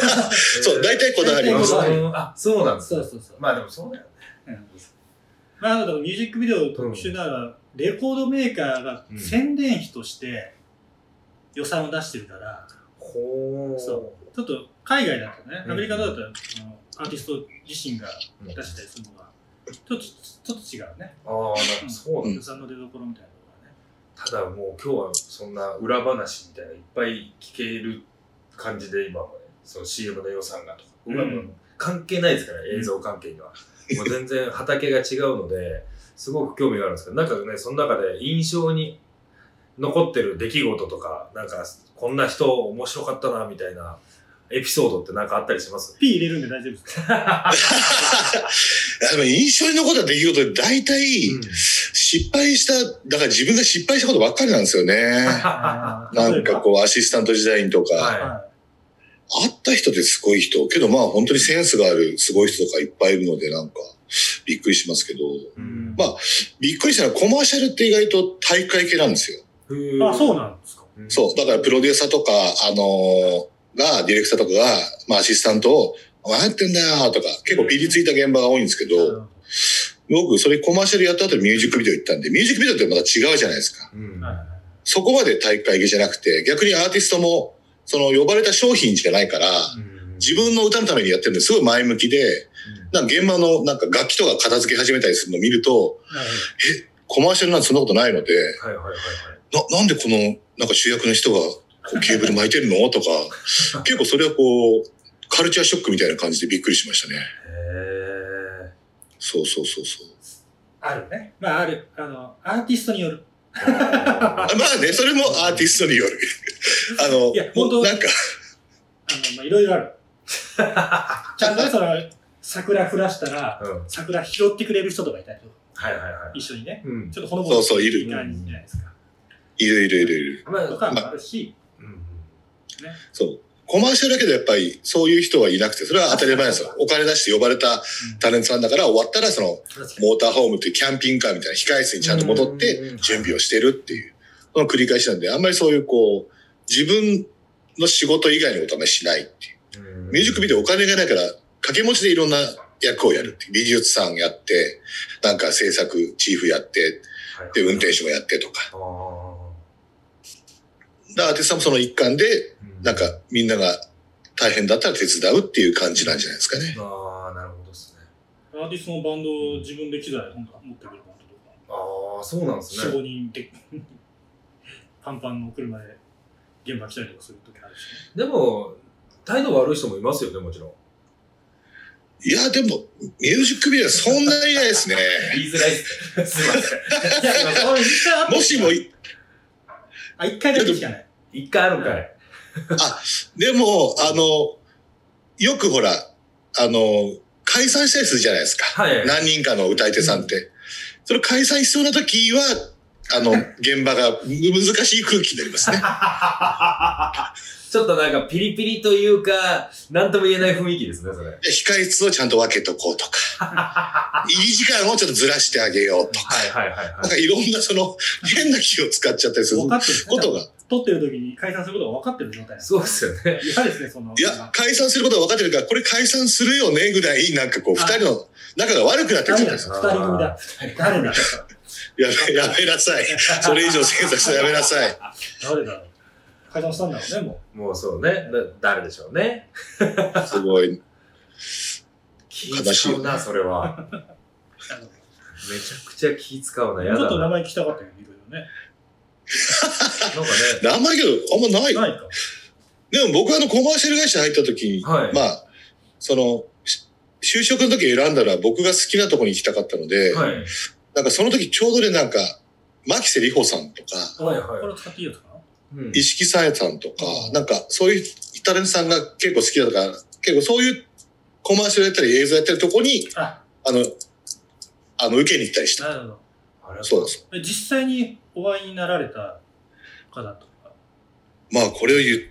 Speaker 4: そう、大体こだわり
Speaker 3: 大
Speaker 4: ま
Speaker 3: 体
Speaker 4: す
Speaker 3: こ。だわる
Speaker 2: うんあ、そうなんです
Speaker 3: そ
Speaker 2: ね
Speaker 3: うそうそう。
Speaker 2: まあでもそうだよね。
Speaker 3: うんまあ、あのミュージックビデオ特集なら、レコードメーカーが
Speaker 2: うん
Speaker 3: 宣伝費として予算を出してるから、
Speaker 2: ほー。
Speaker 3: そちょっと海外だとね、
Speaker 2: うん
Speaker 3: アメリカだと、あのアーティスト自身が
Speaker 2: うん。
Speaker 3: 出したりするのは、ちょっと、ちょっと違うね。
Speaker 2: ああ、なんかそうなん
Speaker 3: 予算の出所みたいなのがね。
Speaker 2: ただもう今日はそんな裏話みたいないっぱい聞ける感じで今もね、その CM の予算がとか、
Speaker 3: うん
Speaker 2: 音楽の関係ないですから、映像関係には。もう全然畑が違うので、すごく興味があるんですけど、なんかね、その中で印象に残ってる出来事とか、なんかこんな人面白かったなみたいなエピソードってなんかあったりします
Speaker 3: P 入れるんで大丈夫ですか
Speaker 4: いやでも印象に残った出来事で大体失敗した、だから自分が失敗したことばっかりなんですよね。
Speaker 2: は
Speaker 4: なんかこうアシスタント時代にとか、
Speaker 2: い。
Speaker 3: は
Speaker 4: 会った人ですごい人、けどまあ本当にセンスがあるすごい人とかいっぱいいるのでなんかびっくりしますけど、
Speaker 3: い。
Speaker 2: うん
Speaker 4: びっくりしたのはコマーシャルって意外と大会系なんですよ。
Speaker 3: あ、そうなんですか。
Speaker 2: うん
Speaker 4: そう。だからプロデューサーとか、あのーが、ディレクターとかが、まあアシスタントを、お前やってんだよとか、結構ピリついた現場が多いんですけど、僕それコマーシャルやった後にミュージックビデオ行ったんで、ミュージックビデオってまた違うじゃないですか。
Speaker 2: うん
Speaker 3: はいはい
Speaker 4: そこまで大会系じゃなくて、逆にアーティストも、その呼ばれた商品じゃないから、
Speaker 2: うん
Speaker 4: 自分の歌のためにやってるんですごい前向きで、なんか現場のなんか楽器とか片付け始めたりするのを見ると、
Speaker 3: なるほど
Speaker 4: コマーシャルなんてそんなことないので、
Speaker 2: はいはいはいはい。
Speaker 4: な、なんでこの、なんか主役の人がこうケーブル巻いてるのとか、結構それはこう、カルチャーショックみたいな感じでびっくりしましたね。
Speaker 2: へー
Speaker 4: そうそうそうそう。
Speaker 3: あるね。まあ、ある、あの、アーティストによる。
Speaker 4: あまあね、それもアーティストによる。あの、
Speaker 3: いや本当
Speaker 4: なんか、
Speaker 3: あの、まあ、いろいろあ る。ちゃんとね、その、桜降らしたら、
Speaker 2: うん
Speaker 3: 桜拾ってくれる人とかいたりとか、
Speaker 2: はいはいはい。
Speaker 3: 一緒にね。
Speaker 2: うん。
Speaker 3: ちょっとほのぼの
Speaker 4: そうそう、いる。
Speaker 3: い感じじゃないですか。
Speaker 4: いるいるいるいる。
Speaker 2: まあ
Speaker 3: とかもあるし、
Speaker 2: うん。
Speaker 4: そう。コマーシャルだけどやっぱりそういう人はいなくて、それは当たり前なんですよ。お金出して呼ばれたタレントさんだから終わったらその
Speaker 2: 確かに
Speaker 4: モーターホームっていうキャンピングカーみたいな控室にちゃんと戻って
Speaker 2: うん
Speaker 4: 準備をしてるっていう、その繰り返しなんで、あんまりそういうこう、自分の仕事以外のことはあんまりしないっていう。ミュージックビデオお金がないから、掛け持ちでいろんな役をやるっていう。美術さんやって、なんか制作チーフやって、で、運転手もやってとか。
Speaker 2: ああ
Speaker 4: だからアーティストもその一環で、
Speaker 2: ー。
Speaker 4: なんかみんなが大変だったら手伝うっていう感じなんじゃないですかね。
Speaker 2: ああ、なるほどですね。
Speaker 3: アーティストのバンドを自分で機材本当持ってくるバンドとか、
Speaker 2: ああ、そうなんです
Speaker 3: 4、
Speaker 2: ね。
Speaker 3: 5人で、パンパンの車で現場来たりとかする時あるしね。
Speaker 2: でも、態度悪い人もいますよね、もちろん。
Speaker 4: いや、でも、ミュージックビデオはそんなにいないで すね。
Speaker 2: 言いづらいっすね。すいません。
Speaker 3: いや、俺一回あった
Speaker 4: もしもい、
Speaker 3: あ、一回だけしかない。
Speaker 2: 一回あるんかい。
Speaker 4: でも、あの、よくほら、あの、解散したりするじゃないですか。
Speaker 2: はい。
Speaker 4: 何人かの歌い手さんって。それ解散しそうな時は、あの、現場が難しい空気になります ね。
Speaker 2: ちょっとなんかピリピリというか、なんとも言えない雰囲気ですね、それ。
Speaker 4: 控室をちゃんと分けとこうとか。 入り時間をちょっとずらしてあげようとか。
Speaker 2: はいはい
Speaker 4: なん
Speaker 2: は
Speaker 4: かいろんなその、変な気を使っちゃったりする
Speaker 3: 分
Speaker 4: こ
Speaker 3: かってる、ね。
Speaker 4: とが。
Speaker 3: 撮ってる時に解散することが分かってる状態なん
Speaker 2: い。
Speaker 3: です
Speaker 2: そうですよね。
Speaker 3: 嫌ですね、その。
Speaker 4: いや、解散することは分かってるから、これ解散するよねぐらい、なんかこう、二人の仲が悪くなってきちゃった
Speaker 3: 誰
Speaker 4: ん
Speaker 3: だ
Speaker 4: で
Speaker 3: 二
Speaker 4: す
Speaker 3: 人組だ。誰だ
Speaker 4: やめ、 やめなさい。それ以上精査してやめな さい。
Speaker 3: 誰だ解散したんだろうね、も
Speaker 2: もうそうね。だ誰でしょうね。
Speaker 4: すごい。
Speaker 2: 気使うな、それは。
Speaker 3: う。
Speaker 2: めちゃくちゃ気使うな、
Speaker 3: ち
Speaker 2: やだ
Speaker 3: ょっ
Speaker 2: な。
Speaker 3: と
Speaker 2: な
Speaker 3: 名
Speaker 2: んか
Speaker 3: 前聞きたかったよ、いろいろね。
Speaker 2: ね。
Speaker 4: あんまりけど、あんまない。
Speaker 3: ないか。
Speaker 4: でも僕はあのコマーシャル会社入った時に、
Speaker 2: はい
Speaker 4: まあ、その、し就職の時選んだら僕が好きなとこに行きたかったので、
Speaker 2: はい。
Speaker 4: なんかその時ちょうどね、なんか、牧瀬里穂さんとか、
Speaker 2: はいはい
Speaker 3: これ使っていいやつかな
Speaker 2: うん
Speaker 4: 石木さえさんとか
Speaker 3: う、ん
Speaker 4: なんかそういうタレントさんが結構好きだから、結構そういうコマーシャルやったり映像やってるとこに、
Speaker 3: あ
Speaker 4: あの、あの、受けに行ったりした。
Speaker 3: なるほど。
Speaker 2: あれ
Speaker 4: そうなんですよ。
Speaker 3: え実際にお会いになられた方とか。
Speaker 4: まあこれを言う、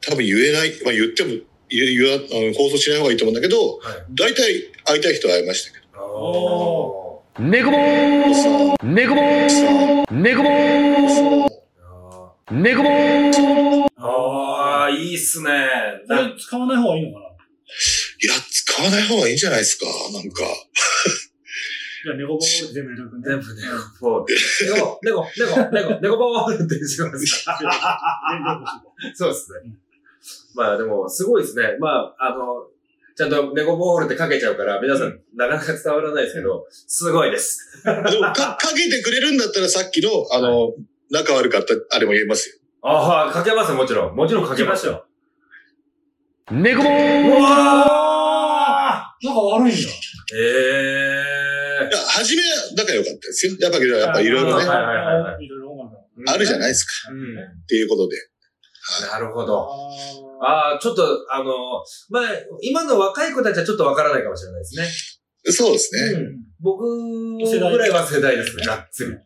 Speaker 4: 多分言えない、まあ言っても、言え言わあの放送しない方がいいと思うんだけど、
Speaker 2: はい。
Speaker 4: 大体会いたい人は会いましたけど。
Speaker 2: あ
Speaker 3: お
Speaker 1: ネコボー
Speaker 4: さあ
Speaker 1: ネコボーネコボー
Speaker 2: ー
Speaker 1: ネコボー
Speaker 2: あー、いいっすね。
Speaker 3: こ
Speaker 2: なん
Speaker 3: れ使わない方がいいのかない
Speaker 4: や、使わない方がいいんじゃないですか、なんか。
Speaker 3: じゃあ、ネゴボール全部入れとくね。
Speaker 2: 全部ネゴボール。ネゴ、ネゴ、ネゴ、ネゴ、ネゴボールってします。そうですね。まあでも、すごいですね。まあ、あの、ちゃんとネゴボールってかけちゃうから、皆さん、なかなか伝わらないですけど、すごいです。
Speaker 4: でもか、かけてくれるんだったらさっきの、あの、仲悪かった、あれも言えますよ。
Speaker 2: ああ、かけますよもちろん。もちろんかけますよ。
Speaker 1: ネゴボ
Speaker 2: う
Speaker 1: ー
Speaker 2: わ
Speaker 3: なんか悪いんだ。。
Speaker 2: ーえ
Speaker 4: いや初めは仲良かったですよ。やっぱけど、やっぱいろいろ
Speaker 2: は
Speaker 4: ね、
Speaker 2: いはいはいはい
Speaker 3: ろいろ音楽が
Speaker 2: ー。
Speaker 4: あるじゃな
Speaker 2: い
Speaker 4: いですか。
Speaker 2: うん。
Speaker 4: っていうことで。
Speaker 2: なるほど。
Speaker 3: あ
Speaker 2: ああ、ちょっと、あの、まあ、今の若い子たちはちょっとわからないかもしれないですね。
Speaker 4: そうですね。
Speaker 2: うん僕ぐらいは世代ですね、がっつり。
Speaker 3: ー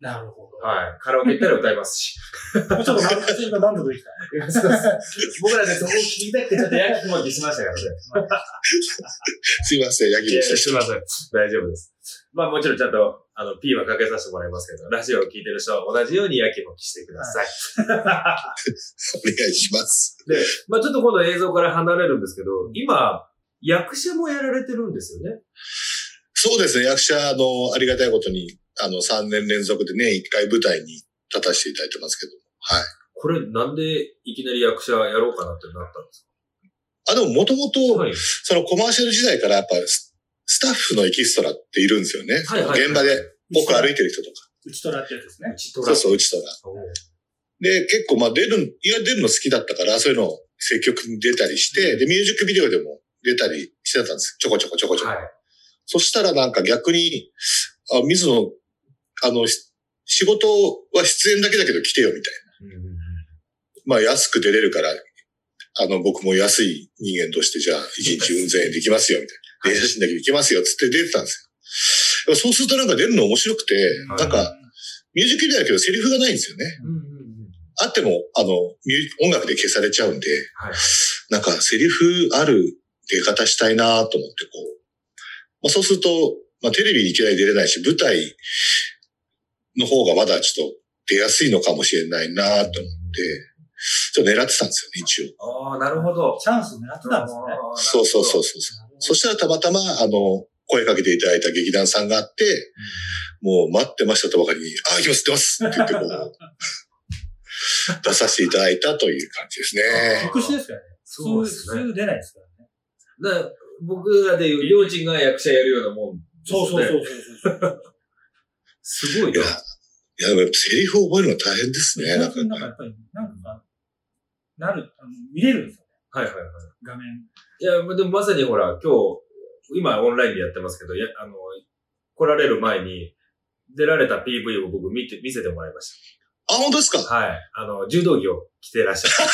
Speaker 3: なるほど。
Speaker 2: はい。カラオケ行ったら歌いますし。
Speaker 3: もうちょっと満足今満足できた。
Speaker 2: 僕らでそこを聞きたくて、ちょっとやきもきしましたからね。
Speaker 4: すいません、ヤギ
Speaker 2: いや
Speaker 4: で
Speaker 2: いや
Speaker 4: し
Speaker 2: すいません。大丈夫です。まあもちろんちゃんと、あの、P はかけさせてもらいますけど、ラジオを聞いてる人は同じようにやきもきしてください。
Speaker 4: た。お願いします。
Speaker 2: で、まあちょっと今度映像から離れるんですけど、今、役者もやられてるんですよね。
Speaker 4: そうですね、役者のありがたいことに、あの、3年連続で年1回舞台に立たせていただいてますけど。はい。
Speaker 2: これなんでいきなり役者やろうかなってなったんです
Speaker 4: あ、でももとも
Speaker 2: か
Speaker 4: と、
Speaker 2: い。
Speaker 4: そのコマーシャル時代からやっぱス、スタッフのエキストラっているんですよね。
Speaker 2: はいはい。
Speaker 4: 現場で。僕歩い
Speaker 3: て。
Speaker 4: てる人とか。
Speaker 3: 打ち取らってやつですね
Speaker 2: 打。ち取
Speaker 4: そ
Speaker 2: ら
Speaker 4: う
Speaker 2: せ
Speaker 4: そう、うちとか。で、結構まあ出る、いや出るの好きだったから、そういうのを積極に出たりして、で、ミュージックビデオでも出たりしてたんです。ちょこちょこちょこちょこ。
Speaker 2: はい。
Speaker 4: そしたらなんか逆に、あ、水野、あの、し仕事は出演だけだけど来てよみたい
Speaker 2: うん
Speaker 4: な。まあ安く出れるから、あの、僕も安い人間として、じゃあ1日運善できますよみたいな。電車賃だけできますよ、つって出てたんですよ。そうするとなんか出るの面白くて、
Speaker 2: はい
Speaker 4: なんか、ミュージックビデオだけどセリフがないんですよね。
Speaker 2: うんうん
Speaker 4: あっても、あの、ミュージ音楽で消されちゃうんで、
Speaker 2: はい
Speaker 4: なんかセリフある出方したいなと思ってこう。まあ、そうすると、まあ、テレビにいきなり出れないし、舞台の方がまだちょっと出やすいのかもしれないなと思って、ちょっと狙ってたんですよね、一応。
Speaker 2: ああ、なるほど。。
Speaker 3: チャンス狙ってたんですね。
Speaker 4: そうそうそううそうそう。そしたらたまたま、あの、声かけていただいた劇団さんがあって、もう待ってましたとばかりに、あ、行きます、出ますって言ってこう、出させていただいたという感じですね。
Speaker 3: 特殊ですからね。
Speaker 2: そう
Speaker 3: 普
Speaker 2: で
Speaker 3: 通、
Speaker 2: すね
Speaker 3: 普。通出ないですからね。
Speaker 2: だから僕らでいう、りょうちんが役者やるようなもん。
Speaker 3: そうそうそう。そうそう。
Speaker 2: すごい
Speaker 4: いや、
Speaker 2: よ。
Speaker 4: いや、でもやっぱセリフを覚えるの大変ですね。なんか、
Speaker 3: なんかやっぱり、なんか、なる、あの見れるんですよね。
Speaker 2: はいはいはい。
Speaker 3: 画面。
Speaker 2: いや、でもまさにほら、今日、今オンラインでやってますけど、やあの、来られる前に、出られた PV を僕見て、見せてもらいまし
Speaker 4: あ、本当ですか
Speaker 2: た。はい。あの、柔道着を着てらっしゃる。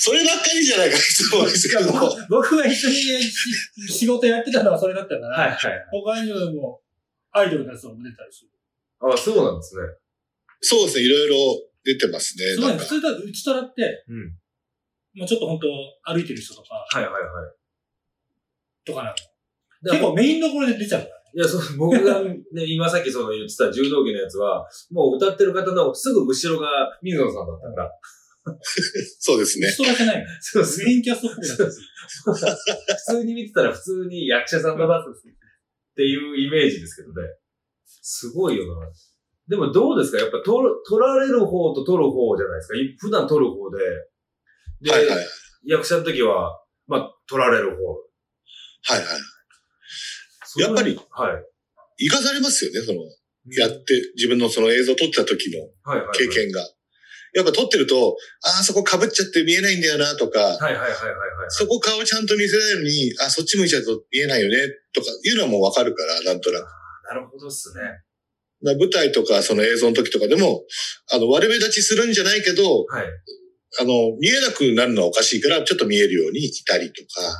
Speaker 4: そればっかりじゃないか、いつもですけど。
Speaker 3: いや僕が一緒に仕事やってたのはそれだったから、
Speaker 2: はいはい。
Speaker 3: 他にもアイドルのやつも出たりする。
Speaker 2: あそうなんですね。
Speaker 4: そうですね、いろいろ出てますね。
Speaker 3: すご、
Speaker 4: ないんか
Speaker 3: 普通だと、うちとらって、
Speaker 2: うん。
Speaker 3: もうちょっと本当歩いてる人とか、
Speaker 2: はいはいはい。
Speaker 3: とかな
Speaker 2: だ
Speaker 3: の。
Speaker 2: から
Speaker 3: 結構メインどころで出ちゃうから。
Speaker 2: いや、そう、僕がね、今さっきその言ってた柔道着のやつは、もう歌ってる方のすぐ後ろが水野さんだったから。
Speaker 4: そうです
Speaker 3: 打
Speaker 4: ね
Speaker 3: ち。取らせない の。
Speaker 2: そう
Speaker 3: メインキャストっぽくなっちゃう。
Speaker 2: 普通に見てたら普通に役者さんだなっていうイメージですけどね。すごいよな。でもどうですかやっぱ取る、取られる方と取る方じゃないですかい普段取る方で。で、
Speaker 4: はいはい。はい
Speaker 2: 役者の時は、まあ、取られる方。
Speaker 4: はい。
Speaker 2: それは
Speaker 4: やっぱり。
Speaker 2: はい。
Speaker 4: 生かされますよね、その、やって、自分のその映像撮ってた時の
Speaker 2: はいはいはい。
Speaker 4: 経。験が。やっぱ撮ってると、ああ、そこ被っちゃって見えないんだよな、とか、
Speaker 2: はいはいはいはいはい。
Speaker 4: そこ顔ちゃんと見せないのに、あ、そっち向いちゃうと見えないよね、とかいうのはもうわかるから、なんとなく。
Speaker 2: なるほどっすね。
Speaker 4: だから舞台とかその映像の時とかでも、あの、悪目立ちするんじゃないけど、
Speaker 2: はい。
Speaker 4: あの、見えなくなるのはおかしいから、ちょっと見えるようにいたりと
Speaker 2: あ
Speaker 4: か、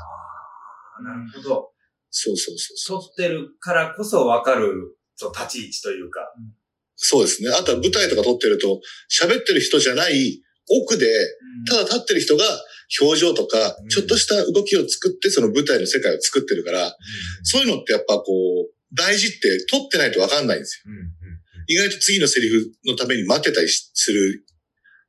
Speaker 2: ーなるほど。
Speaker 4: そうそうそうそう。
Speaker 2: 撮ってるからこそわかる、その立ち位置というか。
Speaker 4: そうですね。あとは舞台とか撮ってると、喋ってる人じゃない奥で、ただ立ってる人が表情とか
Speaker 2: うん、
Speaker 4: ちょっとした動きを作って、その舞台の世界を作ってるから、そういうのってやっぱこう、大事って撮ってないとわかんないんですよ。
Speaker 2: うんうんうん
Speaker 4: 意外と次のセリフのために待ってたりしする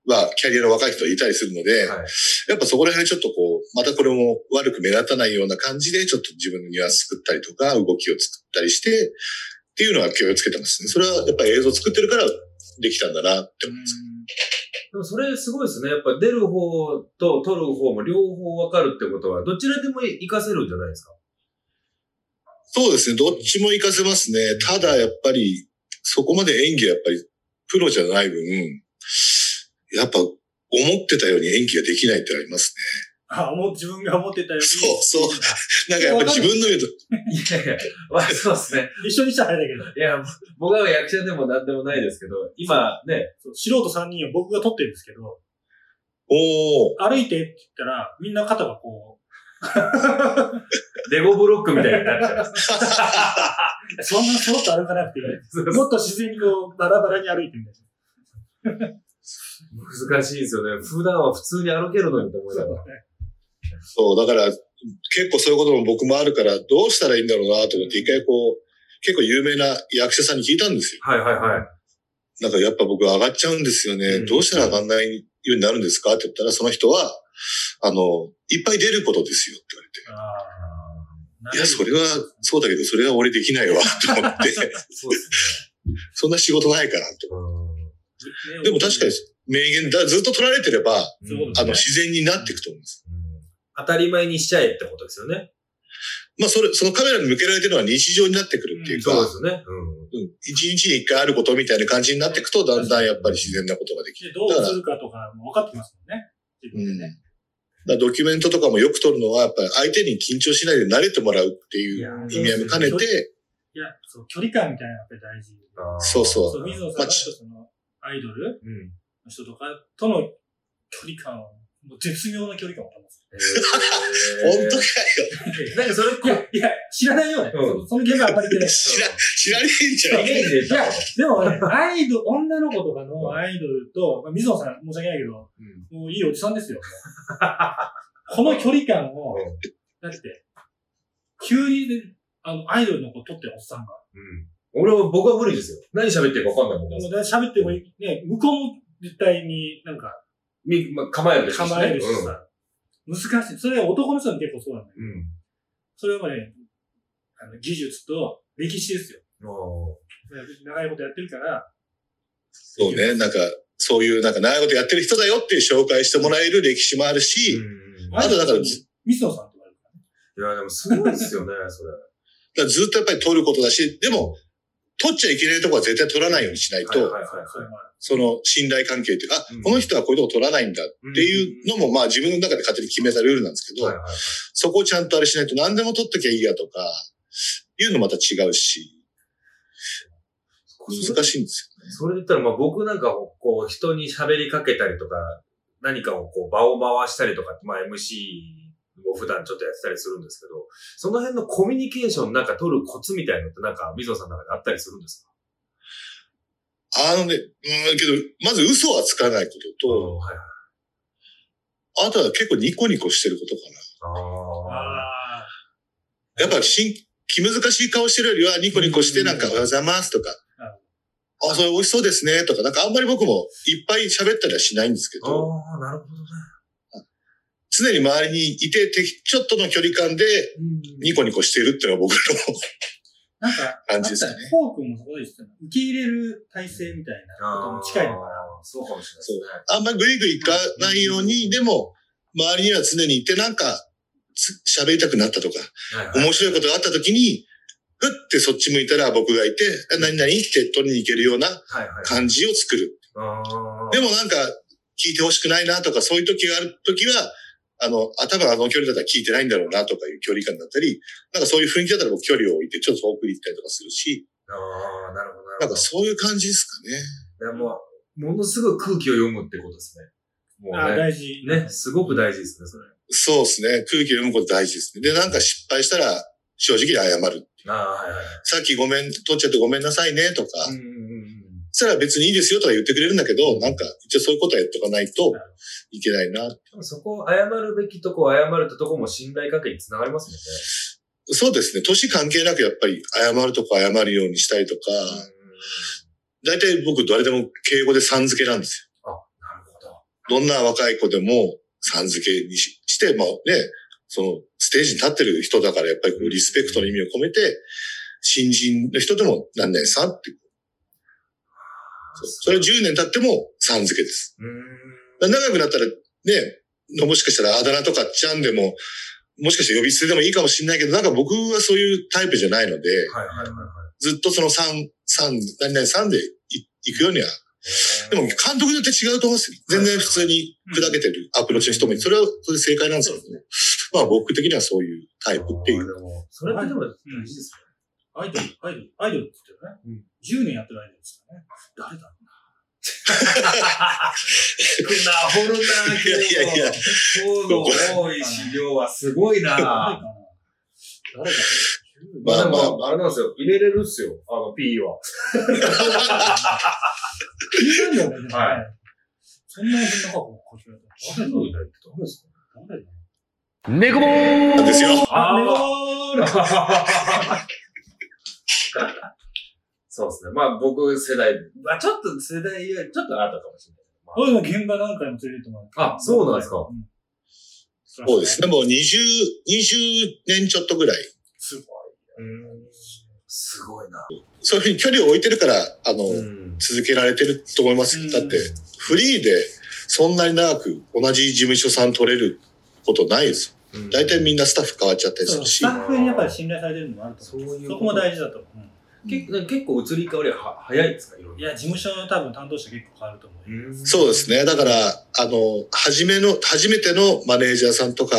Speaker 4: はキャリアの若い人いたりするので、
Speaker 2: はい
Speaker 4: やっぱそこら辺ちょっとこう、またこれも悪く目立たないような感じで、ちょっと自分のニュアンス作ったりとか、動きを作ったりして、っていうのは気をつけてますね。それはやっぱり映像作ってるからできたんだなって思います。
Speaker 2: でもそれすごいですね。やっぱ出る方と撮る方も両方わかるってことは、どちらでも活かせるんじゃないですか。
Speaker 4: そうですね。どっちも活かせますね。ただやっぱり、そこまで演技はやっぱりプロじゃない分、やっぱ思ってたように演技ができないってありますね。
Speaker 3: あ、もう自分が思ってたより。
Speaker 4: そうそう。なんかやっぱり自分の言うと、
Speaker 2: いやいや、まあそうですね。
Speaker 3: 一緒にしたらあれだけど
Speaker 2: いや、僕は役者でも何でもないですけど、今ね、
Speaker 3: そう、素人3人を僕が撮ってるんですけど、
Speaker 4: おー、
Speaker 3: 歩いてって言ったら、みんな肩がこ
Speaker 2: レゴブロックみたいになっちゃうんですね。
Speaker 3: う、そんなそろっと歩かなくていい。
Speaker 2: そうそう
Speaker 3: もっと自然にこう、バラバラに歩いてみた い
Speaker 2: 難しいですよね。普段は普通に歩けるのにと思いながら。
Speaker 4: そう、だから、結構そういうことも僕もあるから、どうしたらいいんだろうなと思って、一回こう、結構有名な役者さんに聞いたんですよ。
Speaker 2: はいはいはい。
Speaker 4: なんかやっぱ僕上がっちゃうんですよね。
Speaker 2: うん
Speaker 4: どうしたら上がんないようになるんですかって言ったら、その人は、あの、いっぱい出ることですよって言われて。
Speaker 3: な。ああ
Speaker 4: いや、それは、そうだけど、それは俺できないわ、 と思って。
Speaker 2: そうです
Speaker 4: そんな仕事ないから、と。
Speaker 2: ね。
Speaker 4: でも確かに名言だ、ずっと取られてれば、
Speaker 2: うん
Speaker 3: そういうこと
Speaker 4: あ
Speaker 3: ね
Speaker 4: の、自然になっていくと思うんです。
Speaker 2: うん当たり前にしちゃえってことですよね。
Speaker 4: まあ、それ、そのカメラに向けられてるのは日常になってくるっていうか、
Speaker 2: そう
Speaker 4: うん
Speaker 2: ですよね。うん
Speaker 4: 一日に一回あることみたいな感じになっていくと、だんだんやっぱり自然なことができる。
Speaker 3: でどうするかとかも分かってきますもんね。自
Speaker 4: う
Speaker 3: 分
Speaker 4: ん。
Speaker 3: で
Speaker 4: だ
Speaker 3: ね。
Speaker 4: からドキュメントとかもよく撮るのは、やっぱり相手に緊張しないで慣れてもらうっていう意味合いも兼ねて、
Speaker 3: いや、そう、距離感みたいなのがやっぱり大事。
Speaker 2: あー
Speaker 4: そうそう
Speaker 3: そう、水野さん
Speaker 4: まあ
Speaker 3: が
Speaker 4: ち
Speaker 3: その、アイドル
Speaker 2: うん。
Speaker 3: の人とかとの距離感を、もう絶妙な距離感を保つ。
Speaker 4: 本当かよ。
Speaker 2: なんかそれこ
Speaker 3: いや、いや、知らないよね。
Speaker 2: うん
Speaker 3: そその現場あんまり出ない。
Speaker 4: 知ら、知らねえんじゃん。
Speaker 2: イメージで
Speaker 3: いや、でもね、アイドル、女の子とかのアイドルと、まあ、水野さん申し訳ないけど、もういいおじさんです よ。この距離感を、
Speaker 2: うん
Speaker 3: だって、急にね、あの、アイドルの子撮ってるおっさんが。
Speaker 2: 俺は、僕は無理ですよ。何喋ってるか分かんないもん
Speaker 3: でもね喋ってもいい、ね、向こうも絶対になんか
Speaker 2: みまあ構えるでしょうしね
Speaker 3: 構えるしさ、難しい。それは男の人に結構そうなんだよ。
Speaker 2: うん。うん
Speaker 3: それはね、あの技術と歴史ですよ。
Speaker 2: あー
Speaker 3: 長いことやってるから、
Speaker 4: そうね、なんか、そういう、なんか、長いことやってる人だよっていう紹介してもらえる歴史もあるし、
Speaker 2: うん
Speaker 4: あと
Speaker 3: ア
Speaker 4: だから
Speaker 3: イドルに水野さんとかあるか
Speaker 2: い
Speaker 3: らね。
Speaker 2: や、でもすごいですよね、それ。
Speaker 4: だからずっとやっぱり撮ることだし、でも、撮っちゃいけないとこは絶対撮らないようにしないと、
Speaker 2: はいはいはい
Speaker 3: それもある
Speaker 4: その信頼関係っていうか、あ
Speaker 2: うん
Speaker 4: この人はこういうとこ撮らないんだっ
Speaker 2: って
Speaker 4: いうのも、まあ自分の中で勝手に決めたルールなんですけど、
Speaker 2: はいはいはい
Speaker 4: そこをちゃんとあれしないと何でも撮っときゃいいやとか、いうのまた違うし、難しいんですよね。
Speaker 2: それで言ったら、まあ僕なんかもこう人に喋りかけたりとか、何かをこう場を回したりとかって、まあ MC を普段ちょっとやってたりするんですけど、その辺のコミュニケーションなんか取るコツみたいのってなんか、水野さんの中であったりするんですか
Speaker 4: あのね、うん、けど、まず嘘はつかないことと、
Speaker 2: はいはい。
Speaker 4: あとは結構ニコニコしてることか
Speaker 2: ああ。
Speaker 3: あ
Speaker 4: な。やっぱしん気難しい顔してるよりはニコニコしてなんか
Speaker 2: う
Speaker 4: お
Speaker 2: ん
Speaker 4: はようございますとか
Speaker 3: なる、
Speaker 4: あ、それ美味しそうですねとか、なんかあんまり僕もいっぱい喋ったりはしないんですけど、
Speaker 2: ああ、なるほどね。
Speaker 4: 常に周りにいて、てちょっとの距離感でニコニコしてるっていうのが僕の
Speaker 3: あ。なんか、
Speaker 4: 感じですかね
Speaker 3: あったフォークもそこで言ってたの。受け入れる体制みたいなことも近いのかな。
Speaker 2: あーそうかもしれないで
Speaker 4: あんまグイグイ行かないように、でも、周りには常にいて、なんか、つ喋りたくなったとか、
Speaker 2: すね。はいはい
Speaker 4: 面白いことがあった時に、ふってそっち向いたら僕がいて、あ何々って取りに行けるような
Speaker 2: はいはい。
Speaker 4: 感じを作る。
Speaker 2: ああ。
Speaker 4: でもなんか、聞いてほしくないなとか、そういう時がある時は、あの、あ、多分あの距離だったら聞いてないんだろうなとかいう距離感だったり、なんかそういう雰囲気だったら僕距離を置いてちょっと遠くに行ったりとかするし、
Speaker 2: ああ、なるほど、な
Speaker 4: な
Speaker 2: るほ
Speaker 4: んか
Speaker 2: ど。
Speaker 4: そういう感じですかね。
Speaker 2: でも、ものすごい空気を読むってことですね。も
Speaker 3: あー
Speaker 2: うね。
Speaker 3: 大事。
Speaker 2: ね、すごく大事ですね、それ。
Speaker 4: そうですね。空気読むこと大事ですね。で、なんか失敗したら、正直に謝る。
Speaker 2: ああ、はいはい。
Speaker 4: さっきごめん、取っちゃってごめんなさいね、とか。
Speaker 2: うんうん
Speaker 4: そ
Speaker 2: うんうん
Speaker 4: したら別にいいですよとか言ってくれるんだけど、なんか、一応そういうことはやっとかないと
Speaker 3: なる
Speaker 4: いけないな。
Speaker 2: でもそこを謝るべきとこ、謝るととこも信頼関係につながります
Speaker 4: そうですね。年関係なくやっぱり謝るとこ謝るようにしたりとか、
Speaker 2: もんね。
Speaker 4: 大体僕誰でも敬語でさん付けなんです
Speaker 2: なるほど。
Speaker 4: どんな若い子でも、さん付けにしして、まあね、そのステージに立ってる人だから、やっぱりこうリスペクトの意味を込めて、新人の人でも何年さんって。それを10年経ってもさん付けです。
Speaker 2: うーん。
Speaker 4: 長くなったらね、もしかしたらあだ名とかちゃんでも、もしかして呼び捨てでもいいかもしれないけど、なんか僕はそういうタイプじゃないので、
Speaker 2: はいはいはいはい。
Speaker 4: ずっとその3、三何々3でいいくようには。でも監督によって違うと思うんですよ。全然普通に砕けてるアプローチの人もいる。それはそれで正解なんですよね。まあ僕的にはそういうタイプってい
Speaker 2: あ
Speaker 4: う。
Speaker 2: ー。でもそれってでも大事ですよね
Speaker 3: アイドル、アイドル、アイドルって言ってるね。10年やってるアイドルですからね。誰だろう
Speaker 2: くな掘るな、今日。
Speaker 4: いやいやいや
Speaker 2: 今日の多い資料はすごい
Speaker 3: 誰
Speaker 2: な。
Speaker 3: かな誰だろう
Speaker 2: まあで
Speaker 4: まあ
Speaker 2: も、あれなんですよ。入れれるっすよ。あの、P は。
Speaker 3: 気になるよね。でもね
Speaker 2: は
Speaker 3: そんなにそんな過去を書き換えたら誰だろう
Speaker 2: 誰ってどうですか
Speaker 3: 誰だろう
Speaker 1: ネコボー
Speaker 4: なん
Speaker 1: ル
Speaker 4: ですよ。
Speaker 2: あー
Speaker 3: あれ
Speaker 2: そうですね。まあ僕世代、まあちょっと世代よりちょっとあったかもしれない。ま
Speaker 3: 俺の現場何回も連れてってもらって。
Speaker 2: あそうなんですか
Speaker 3: ん
Speaker 4: そうですね。。もう20、20年ちょっとぐらい。
Speaker 3: すごい。
Speaker 2: あうん。すごいな。
Speaker 4: そういうふうに距離を置いてるから、あの、
Speaker 2: うん。
Speaker 4: 続けられてると思います
Speaker 3: う
Speaker 4: よ。
Speaker 3: ん
Speaker 4: だって、フリーでそんなに長く同じ事務所さん取れることないですよ大体みんなスタッフ変わっちゃったりする
Speaker 3: ス
Speaker 4: し
Speaker 3: タ、ッフにやっぱり信頼されてるのもあると思。
Speaker 2: そういうう
Speaker 3: そこも大事だと思う。
Speaker 2: 結結構移り変わりはは早いですかいろん
Speaker 3: い
Speaker 2: な。
Speaker 3: や、事務所の多分担当者結構変わると思う。
Speaker 4: そうですね。だから、あの、初めの、初めてのマネージャーさんとか、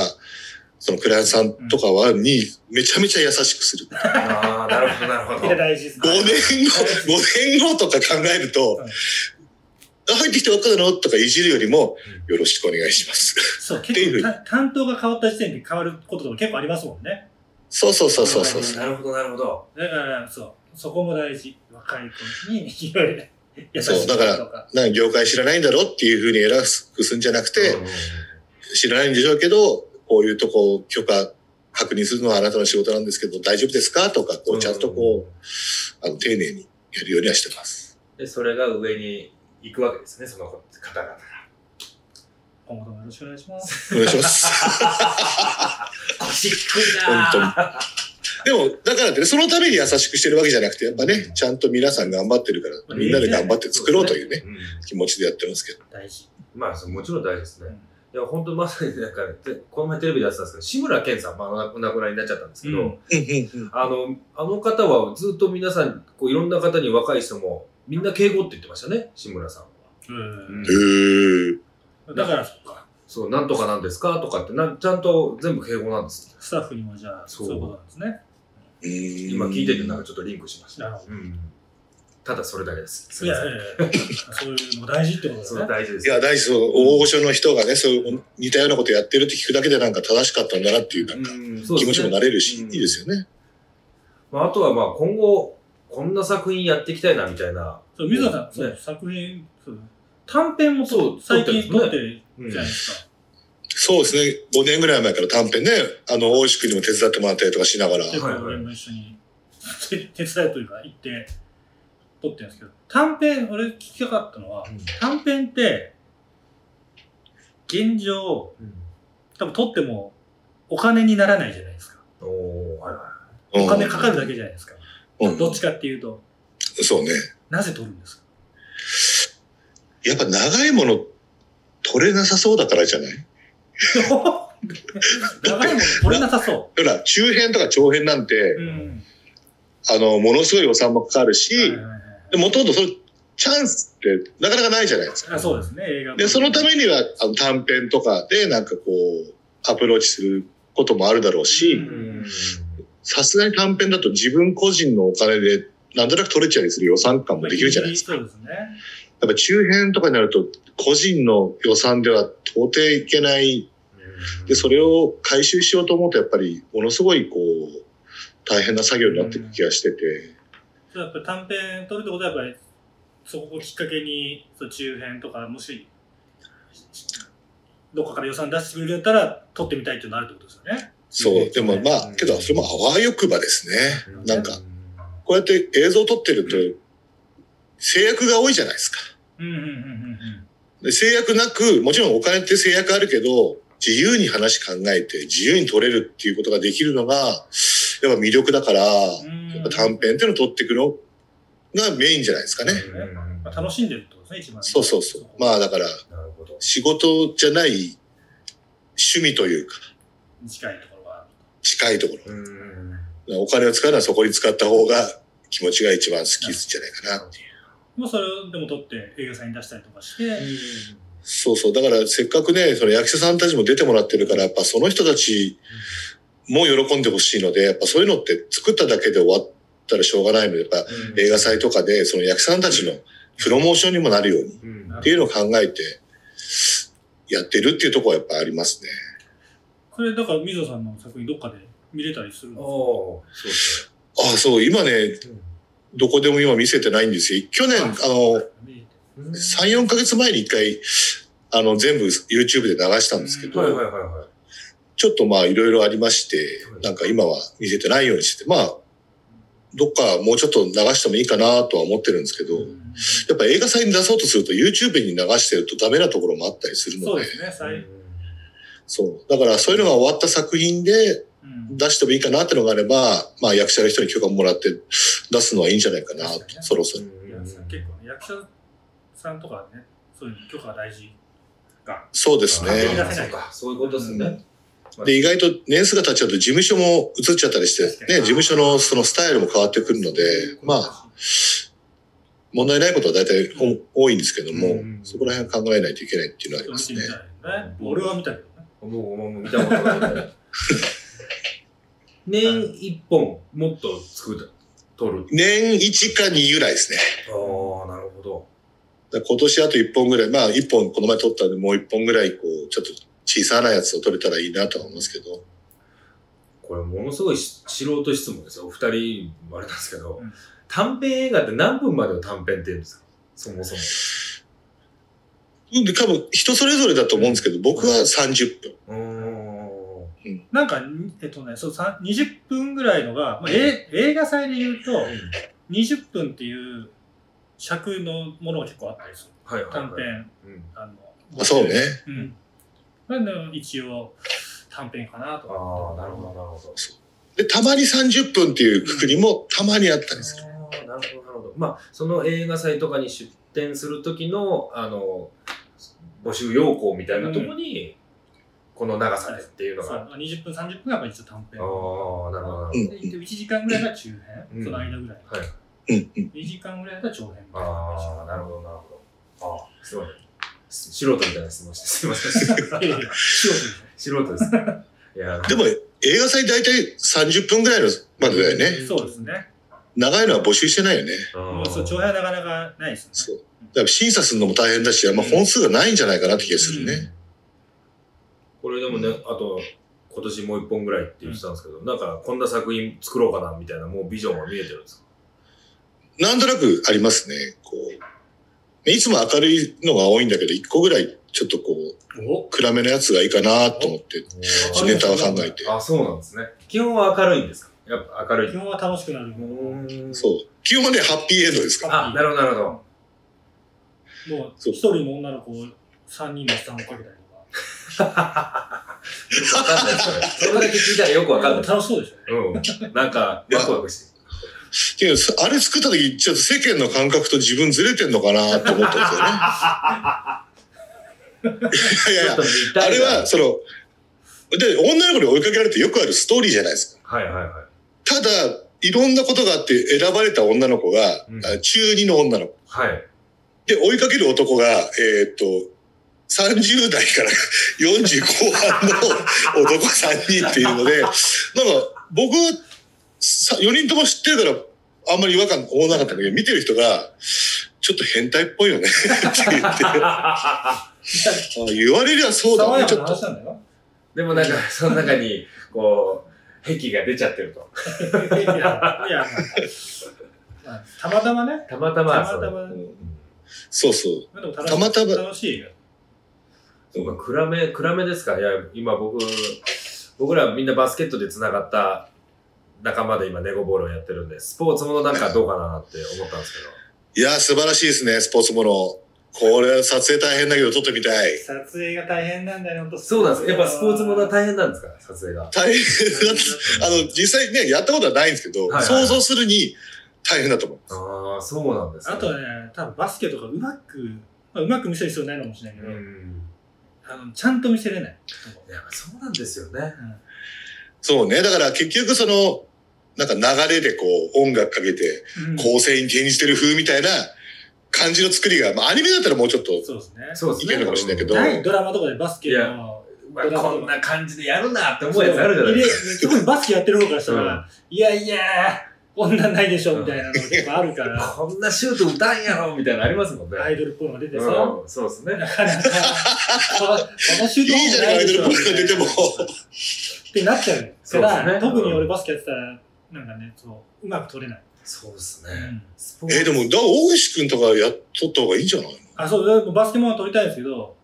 Speaker 4: そのクライアントさんとかは、に、めちゃめちゃ優しくする。
Speaker 2: ああ、なるほど、なるほ
Speaker 3: いや、
Speaker 2: ど。
Speaker 3: 大事です。
Speaker 4: 5年後、5年後とか考えると
Speaker 3: うん、
Speaker 4: あ入ってきてばっかだのとかいじるよりも、よろしくお願いします。
Speaker 3: そう、
Speaker 4: ってい
Speaker 3: 結
Speaker 4: う
Speaker 3: 構た担当が変わった時点で変わることとか結構ありますもんね。
Speaker 4: そうそうそうそうそう。
Speaker 2: なるほど、なるほど。
Speaker 3: だから、そう、そこも大事。若い子にいろいろ優し
Speaker 4: そう
Speaker 3: い
Speaker 4: だから
Speaker 3: とか。
Speaker 4: なんか業界知らないんだろっていうふうに偉くすんじゃなくて、
Speaker 2: うん
Speaker 4: 知らないんでしょうけど、こういうとこ許可確認するのはあなたの仕事なんですけど、大丈夫ですかとか、こうちゃんとこう、あの、丁寧にやるようにはしてます。
Speaker 2: で、それが上に行くわけですね、その方々が。
Speaker 3: 今後ともよろしくお願いし ます。
Speaker 4: お願いし ます。
Speaker 2: 腰低い
Speaker 4: 本
Speaker 2: な
Speaker 4: 当に。でも、だからってね、そのために優しくしてるわけじゃなくて、やっぱね、ちゃんと皆さん頑張ってるから、みんなで頑張って作ろうというね、
Speaker 2: うん
Speaker 4: 気持ちでやってますけど。
Speaker 3: 大事。
Speaker 2: まあ、そのもちろん大事です
Speaker 3: う
Speaker 2: ね
Speaker 3: ん。
Speaker 2: いや、本当まさになんか、でこの前テレビでやってたんですけど、志村けんさん、まあ、お亡くなりになっちゃったんですけど、
Speaker 3: うん
Speaker 2: あの、あの方はずっと皆さん、こういろんな方に若い人も、みんな敬語って言ってましたね、志村さんは。
Speaker 3: うん
Speaker 4: へー
Speaker 3: だから、そっか。
Speaker 2: そう、なんとかなんですかとかってなん、ちゃんと全部敬語なんです。
Speaker 3: スタッフにもじゃあ、
Speaker 2: そう
Speaker 3: そういうことなんですね。
Speaker 4: うーん
Speaker 2: 今聞いててなんかちょっとリンクしまし
Speaker 3: なる
Speaker 2: た
Speaker 3: ほ。
Speaker 2: うんただそれだけです。す
Speaker 3: い
Speaker 2: みま
Speaker 3: や
Speaker 2: せん
Speaker 3: いやいや、そういうのも大事ってことです
Speaker 2: そ
Speaker 3: ね
Speaker 2: う、。大事で
Speaker 4: い
Speaker 2: す。
Speaker 4: や、大事そう。大御所の人がね、そういう似たようなことやってるって聞くだけでなんか正しかったんだなっていうなんか
Speaker 2: うんそう
Speaker 4: 気
Speaker 2: で
Speaker 4: 持
Speaker 2: す
Speaker 4: ち
Speaker 2: ね
Speaker 4: もなれるし、
Speaker 2: うん
Speaker 4: いいですよね。
Speaker 2: まあ、あとはまあ、今後、こんな作品やっていきたいな、みたいな。
Speaker 3: そう、水野さん、そう
Speaker 2: ね
Speaker 3: 作品、そう短編もそう、最近撮ってる
Speaker 2: うん
Speaker 3: じゃないですか。
Speaker 4: そうですね。5年ぐらい前から短編ね、あの、大石君にも手伝ってもらったりとかしながら。
Speaker 3: 結構俺も一緒に手 手伝いというか行って撮ってるんですけど、短編、俺聞きたかったのは、短編って、現状、多分撮ってもお金にならないじゃないですか。
Speaker 2: おおはいは
Speaker 4: うん
Speaker 3: お金かかるだけじゃないですか。
Speaker 4: うん
Speaker 3: どっちかっていうと、
Speaker 4: そうね。
Speaker 3: なぜ撮るんですか
Speaker 4: やっぱ長いもの取れなさそうだからじゃない
Speaker 3: 長いもの撮れなさそ
Speaker 4: ほら、中編とか長編なんて
Speaker 3: う。、うん。
Speaker 4: あの、ものすごい予算もかかるし、
Speaker 3: はいはいはい
Speaker 4: でもともとそのチャンスってなかなかないじゃないですか。
Speaker 3: あそうですね、映画も
Speaker 4: で、そのためには、あの、短編とかでなんかこう、アプローチすることもあるだろう
Speaker 3: う
Speaker 4: し
Speaker 2: い。、
Speaker 3: ん
Speaker 4: さすがに短編だと自分個人のお金で、なんとなく取れちゃうりする予算感もできるじゃないですか。
Speaker 3: そうですね。
Speaker 4: やっぱ中編とかになると、個人の予算では到底いけない。で、それを回収しようと思うと、やっぱり、ものすごい、こう、大変な作業になっていく気がしてて。
Speaker 3: そうやっぱり短編撮るってことはやっぱりそこをきっかけにそう中編とかもしどっかから予算出してくれたら撮ってみたいっていうのあるってことですよね。
Speaker 4: そう。でもま
Speaker 2: う
Speaker 4: あ
Speaker 2: ん、
Speaker 4: けど、それもあわよくばですね。なんか、こうやって映像を撮ってると、制約が多いじゃないですか。
Speaker 3: うんうんうんうんうん。
Speaker 4: で制約なく、もちろんお金って制約あるけど、自由に話考えて、自由に取れるっていうことができるのが、やっぱ魅力だから、や
Speaker 3: うん
Speaker 4: っぱ短編っていうのを取っていくのがメインじゃないですかね。
Speaker 3: まあ楽しんでるってことですね、一番ね。
Speaker 4: そうそうそう。まあだから、
Speaker 2: なるほど。
Speaker 4: 仕事じゃない趣味というか、
Speaker 3: 近いところは。
Speaker 4: 近いところ。
Speaker 2: うん。
Speaker 4: お金を使うのはそこに使った方が気持ちが一番好きじゃないかな。
Speaker 3: もうそれでも撮って映画祭に出したりとかして、
Speaker 4: そうそう。だからせっかくね、その役者さんたちも出てもらってるから、やっぱその人たちも喜んでほしいので、やっぱそういうのって作っただけで終わったらしょうがないので、やっぱ映画祭とかでその役者さんたちのプロモーションにもなるように
Speaker 2: うん
Speaker 3: な
Speaker 4: っていうのを考えてやってるっていうところはやっぱありますね。
Speaker 3: それだから水野さんの作品どっかで見れたりするんですか
Speaker 2: おーそうです
Speaker 4: ああ、そう、今ね、
Speaker 2: ね
Speaker 4: どこでも今見せてないんですよ。去年、あの、
Speaker 2: うん
Speaker 4: 3、4ヶ月前に一回、あの、全部 YouTube で流したんですけど、
Speaker 2: はいはいはいは
Speaker 4: ちょっとまあいろいろありまして、なんか今は見せてないようにしてて、まあ、どっかもうちょっと流してもいいかなとは思ってるんですけど、
Speaker 3: うん
Speaker 4: やっぱ映画祭に出そうとすると YouTube に流してるとダメなところもあったりする
Speaker 3: そ
Speaker 4: の
Speaker 3: うで
Speaker 4: で、
Speaker 3: すね、
Speaker 2: い。
Speaker 3: 最
Speaker 4: そう。だからそういうのが終わった作品で
Speaker 3: うん
Speaker 4: 出してもいいかなってのがあれば、まあ役者の人に許可もらって出すのはいいんじゃないかな
Speaker 3: 確
Speaker 4: と
Speaker 3: かに、ね
Speaker 4: そろそろ。
Speaker 3: いや結構ね、役者さんとかね、そういう許可が大事。
Speaker 4: そうですね。
Speaker 3: 勝手に出せ
Speaker 2: そ
Speaker 3: な
Speaker 2: う
Speaker 3: い
Speaker 2: か、そういうことです
Speaker 3: うん
Speaker 2: ね。
Speaker 4: で、意外と年数が経っちゃうと事務所も移っちゃったりして、
Speaker 3: 確かに
Speaker 4: ね、事務所のそのスタイルも変わってくるので、まあ、問題ないことは大体ほん多いんですけども、
Speaker 2: うん
Speaker 4: そこら辺は考えないといけないっていうのはあ
Speaker 3: そう
Speaker 4: りま
Speaker 3: 見
Speaker 4: す
Speaker 3: て
Speaker 4: ね
Speaker 3: みた。いよね。俺は見たけどね。
Speaker 2: もう、もう、見たことない。年 一本、もっと作る、撮る。
Speaker 4: 年1か2ぐらいですね。
Speaker 2: ああ、なるほど。
Speaker 4: だから今年あと1本ぐらい、まあ1本この前撮ったんで、もう1本ぐらい、こう、ちょっと小さなやつを撮れたらいいなとは思いますけど、
Speaker 2: これ、ものすごいし素人質問ですよ。お二人、あれなんですけど
Speaker 3: うん、
Speaker 2: 短編映画って何分までを短編って言うんですかそもそも。
Speaker 4: うんで、多分人それぞれだと思うんですけど、僕は30分。
Speaker 2: うーん。
Speaker 3: なんか、にえっとね、そう、さん20分ぐらいのが、まあ、え映画祭で言うと、20分っていう尺のものが結構あったりする。
Speaker 2: はいはいはい。
Speaker 3: 短編。
Speaker 2: うん。
Speaker 3: あの
Speaker 4: あそうね。。
Speaker 3: うん。なんで、一応、短編かなと
Speaker 2: ああ、
Speaker 3: か。
Speaker 2: なるほど、なるほど。
Speaker 4: で、たまに30分っていうくくりもたまにあったりする。
Speaker 2: あーなるほどなるほどまあその映画祭とかに出展する時のあの募集要項みたいなところに、この長さでっていうの
Speaker 3: そ
Speaker 2: が、
Speaker 3: う20分、30分がやっぱ一応短
Speaker 2: ああな
Speaker 3: 編。
Speaker 2: るほどなるほど、
Speaker 4: うん
Speaker 3: で1時間ぐらいが中編、
Speaker 2: うん
Speaker 3: その間ぐらい。
Speaker 2: はい
Speaker 4: うんうん。
Speaker 3: 2時間ぐらいが長編。
Speaker 2: ああなるほどなるほどああすごいす素人みたいな質問してすいませ ん
Speaker 3: いやいや素人です
Speaker 2: 素人ですねいや
Speaker 4: でも、映画祭大体30分ぐらいのまでだよね。
Speaker 3: ねそうですね。
Speaker 4: 長いのは募集してないよね。
Speaker 2: あ
Speaker 3: もう
Speaker 2: ー
Speaker 3: そう長編はなかなかないですよね。
Speaker 4: そう。だから審査するのも大変だし、あんま本数がないんじゃないかなって気がするね。
Speaker 2: これでもね、あと、今年もう一本ぐらいって言ってたんですけど、なんか、こんな作品作ろうかなみたいな、もうビジョンは見えてるんですか
Speaker 4: なんとなくありますね。こう。いつも明るいのが多いんだけど、一個ぐらいちょっとこう、
Speaker 3: お
Speaker 4: 暗めのやつがいいかなと思って、
Speaker 3: お
Speaker 4: ネタを考えて。
Speaker 2: あ、そうなんですね。基本は明るいんですかやっぱ明る
Speaker 3: 基
Speaker 2: い。
Speaker 3: 本は楽しくなる。も
Speaker 2: うん
Speaker 4: そう。基本はね、ハッピーエンドですから。
Speaker 2: あ、なるほど、なるほど。
Speaker 3: う一人の女の子を三人のおっさんをかけたりと
Speaker 2: よく
Speaker 3: か。
Speaker 2: わかんないです ね。それだけ聞いたらよくわかんないです。
Speaker 3: 楽しそうでしょ。
Speaker 2: うん。なんか、ワクワクして。
Speaker 4: けどあれ作った時、ちょっと世間の感覚と自分ずれてんのかなと思った んですよね。いやいや
Speaker 2: ちょっ
Speaker 4: いや
Speaker 2: と。見た
Speaker 4: あれ
Speaker 2: いな
Speaker 4: は、その、で、女の子に追いかけられてよくあるストーリーじゃないですか。
Speaker 2: はいはいはい。
Speaker 4: ただ、いろんなことがあって選ばれた女の子が、
Speaker 2: うん
Speaker 4: あ中2の女の子。
Speaker 2: はい。
Speaker 4: で、追いかける男が、えーっと、30代から 40後半の男3人っていうので、なん か、僕は4人とも知ってるから、あんまり違和感思わなかったんだけど、見てる人が、ちょっと変態っぽいよね って言って、あ言われりゃそうだ
Speaker 3: 爽
Speaker 4: ね、
Speaker 3: や
Speaker 4: ち
Speaker 3: か
Speaker 4: ょ
Speaker 3: な
Speaker 4: っと
Speaker 3: 話。なんだよ。
Speaker 2: でもなんか、その中に、こう、癖が出ちゃってると。
Speaker 3: いや、い や、まあたまたまね。
Speaker 2: たまた
Speaker 3: た
Speaker 2: ま。
Speaker 3: またま。
Speaker 4: そうそう。
Speaker 3: まあでも楽した
Speaker 4: またま
Speaker 3: 楽しいよ。
Speaker 2: そうか、暗め、暗めですかいや、今僕、僕らみんなバスケットで繋がった仲間で今ネゴボールをやってるんで、スポーツものなんかどうかなって思ったんです
Speaker 4: いやー、素晴らしいですね、スポーツもの。これ撮影大変だけど撮ってみたい。
Speaker 3: 撮影が大変なんだよ、ほんと
Speaker 2: そうなんです。やっぱスポーツものは
Speaker 3: 変。
Speaker 2: 大変なんですか撮影が。
Speaker 4: 大変だった。あの、実際ね、やったことはないんですけど、
Speaker 2: はいはい
Speaker 4: 想像するに大変だと思う。
Speaker 2: ああ、そうなんです、
Speaker 3: あとね、多分バスケとかうまく、まあ、うまく見せる必要ないのかもしれないけ
Speaker 2: う
Speaker 3: ど、
Speaker 2: ん。
Speaker 3: あのちゃんと見せれない。
Speaker 2: やっぱそうなんですよね。
Speaker 4: そうね。だから結局その、なんか流れでこう音楽かけて、
Speaker 3: うん
Speaker 4: 構成に転じてる風みたいな感じの作りが、まあアニメだったらもうちょっと、
Speaker 3: そうですね。
Speaker 2: そうですね。
Speaker 4: いけるかもしれないけど
Speaker 3: ないドラマとかでバスケ
Speaker 2: い
Speaker 3: の。
Speaker 2: まあ、こんな感じでやるなって思うやつあるじゃないですか。
Speaker 3: すか。特にバスケやってる方からした
Speaker 2: う
Speaker 3: ら、いやいや、こんなんないでしょみたいなのが結構あるから、
Speaker 2: こんなシュート打たんやろみたいなのありますもんね。
Speaker 3: アイドルっぽいのが出てさ、
Speaker 2: うん、そうですね。
Speaker 3: なかなか、このこのシュート
Speaker 4: いいじゃないアイドルっぽいの出ても
Speaker 3: ってなっちゃう
Speaker 2: そ
Speaker 3: か
Speaker 2: うです
Speaker 3: ら、
Speaker 2: ね
Speaker 3: 特に俺バスケやってたら、なんかね、そう、うまく取れない。
Speaker 2: そうです
Speaker 3: う
Speaker 2: ね。
Speaker 3: ん
Speaker 2: スポーツ
Speaker 4: えでも、だ、大石くんとかやっとった方がいいんじゃないの
Speaker 3: あ、そう、だからバスケもの取りたいんですけど、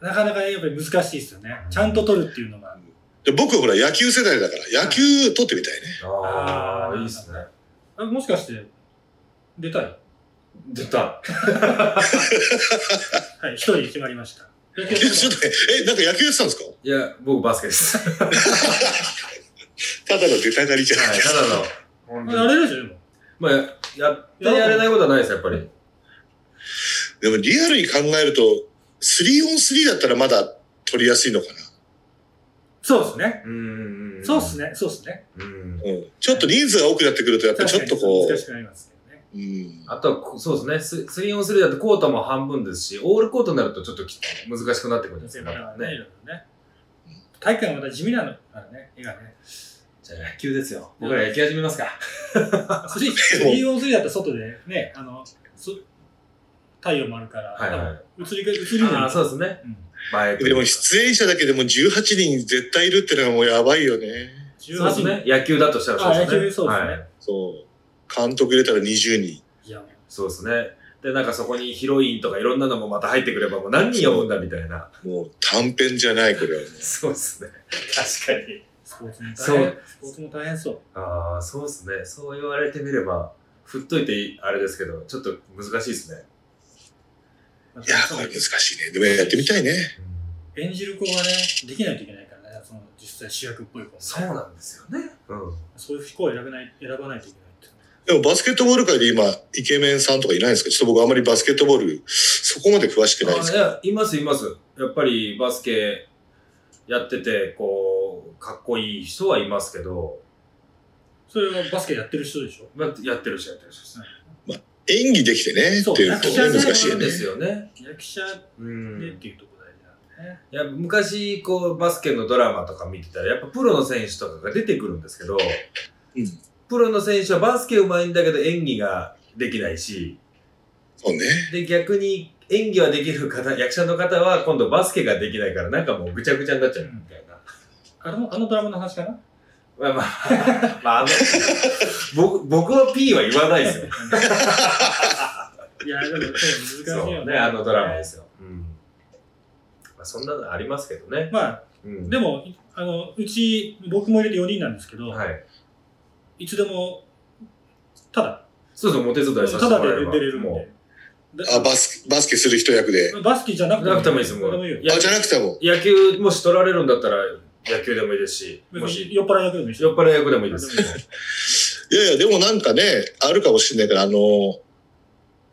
Speaker 3: なかなかやっぱり難しいですよね。ちゃんと取るっていうのが。
Speaker 4: で僕ほら野球世代だから、野球撮ってみたいね。
Speaker 2: あ
Speaker 3: あ
Speaker 2: あ、
Speaker 3: ー
Speaker 2: いいですね。
Speaker 3: あもしかして、出たいは
Speaker 2: 出た。
Speaker 3: い、一人決まりました。
Speaker 4: え、ちょっとね、え、なんか野球やってたんですか
Speaker 2: いや、僕バスケで す。はい、
Speaker 4: ただの出たがりじゃないです
Speaker 2: た
Speaker 4: か。
Speaker 2: だの。本当
Speaker 3: あ
Speaker 2: に
Speaker 3: れでしょ、でも。
Speaker 2: まあ、やってやれないことはないです、やっぱり。
Speaker 4: でもリアルに考えると、3on3 だったらまだ撮りやすいのか
Speaker 3: そうですね。
Speaker 2: うん
Speaker 3: そうっす。ね、そうっすね。
Speaker 2: うん。
Speaker 4: な。うん。ちょっと人数が多くなってくると、やっぱりちょっとこ
Speaker 3: 難しくなりますけどね。
Speaker 4: う、うん。
Speaker 2: あとはこ、そうですね。スリーオンスリーだとコートも半分ですし、オールコートになるとちょっとき難しくなってくるんですよ
Speaker 3: だからね、
Speaker 2: ね。
Speaker 3: いろいろね。体育館はまた地味なのからね、絵がね。
Speaker 2: じゃあ野球ですよ。僕ら野球始めますか。
Speaker 3: それ、3 on 3だったら外でね、あの、そ太陽もあるから、
Speaker 2: はいはい
Speaker 3: 多分映り、映りに
Speaker 2: あ
Speaker 3: な
Speaker 2: あ、
Speaker 3: る。
Speaker 2: そうですね。
Speaker 3: うん
Speaker 2: 前
Speaker 4: でも出演者だけでも18人絶対いるってのはもうやばいよね。
Speaker 2: そうですね。
Speaker 3: 18
Speaker 2: 野球だとしたらそうですね。
Speaker 3: あ野球そうですね
Speaker 2: はい。
Speaker 4: そう。監督入れたら20人。
Speaker 3: いや、もう
Speaker 2: そうですね。で、なんかそこにヒロインとかいろんなのもまた入ってくればもう何人呼ぶんだみたいな。
Speaker 4: もう短編じゃない、これはもう。
Speaker 2: そうですね。確かに。
Speaker 3: スポーツも
Speaker 2: そ
Speaker 3: 大変
Speaker 2: う。
Speaker 3: スポーツも大変そう。
Speaker 2: ああ、そうですね。そう言われてみれば、振っといてあれですけど、ちょっと難しいですね。
Speaker 4: いや、これ難しいね。でもやってみたいね。
Speaker 3: 演じる子がね、できないといけないからね、その実際主役っぽい子もね、
Speaker 2: そうなんですよね。うん。
Speaker 3: そういう子を選べない選ばないといけないっていう
Speaker 4: でもバスケットボール界で今、イケメンさんとかいないんですかちょっと僕あんまりバスケットボール、そこまで詳しくないです
Speaker 2: あい
Speaker 4: けど。
Speaker 2: や、いますいます。やっぱりバスケやってて、こう、かっこいい人はいますけど、
Speaker 3: それはバスケやってる人でしょ
Speaker 2: まあやってる人はやってる人ですね。
Speaker 4: 演技できてね、って
Speaker 3: そう
Speaker 4: いうとこ
Speaker 3: 役者
Speaker 4: ね
Speaker 3: ね
Speaker 4: 難しい
Speaker 2: そ
Speaker 4: よ
Speaker 2: うで
Speaker 4: ね。
Speaker 2: すよね。
Speaker 3: 役者
Speaker 2: う
Speaker 3: でっ
Speaker 2: ん。
Speaker 3: ていうとこ大事なんだね。
Speaker 2: いや昔こうバスケのドラマとか見てたらやっぱプロの選手とかが出てくるんですけど、
Speaker 4: うん
Speaker 2: プロの選手はバスケうまいんだけど演技ができないし
Speaker 4: そうね。
Speaker 2: で逆に演技はできる方役者の方は今度バスケができないからなんかもうぐちゃぐちゃになっちゃうみたいな、
Speaker 3: あのあのドラマの話かな
Speaker 2: まあまあまああの僕僕は P は言わないですよ
Speaker 3: いや、でもそう難しい
Speaker 2: そ
Speaker 3: よ
Speaker 2: う
Speaker 3: ね。
Speaker 2: ねあのドラマですよ、うんまあ、そんなのありますけどね、
Speaker 3: まあ、
Speaker 2: うん、
Speaker 3: でも、あの、うち、僕も入れて4人なんですけど、
Speaker 2: はい
Speaker 3: い、つでも、ただ、
Speaker 2: そうそうモテ伝えさせ
Speaker 3: た
Speaker 2: ても
Speaker 3: だ
Speaker 2: らえ
Speaker 3: で出
Speaker 2: れば
Speaker 3: れるん
Speaker 2: も
Speaker 3: で。
Speaker 4: あ、バス、バスケする人役で。
Speaker 3: だバスケじゃなく
Speaker 2: う
Speaker 3: ても
Speaker 2: なくてもいいですも
Speaker 3: ど
Speaker 2: う
Speaker 3: うでもいいよ。
Speaker 4: あ、じゃなくても。
Speaker 2: 野球もし取られるんだったら野球でもいいですし、も
Speaker 3: 別に
Speaker 2: し
Speaker 3: 酔っ払い役でもいいし。
Speaker 2: 酔っ払い役でもいいです。
Speaker 4: いやいや、でもなんかね、あるかもしれないから、あの、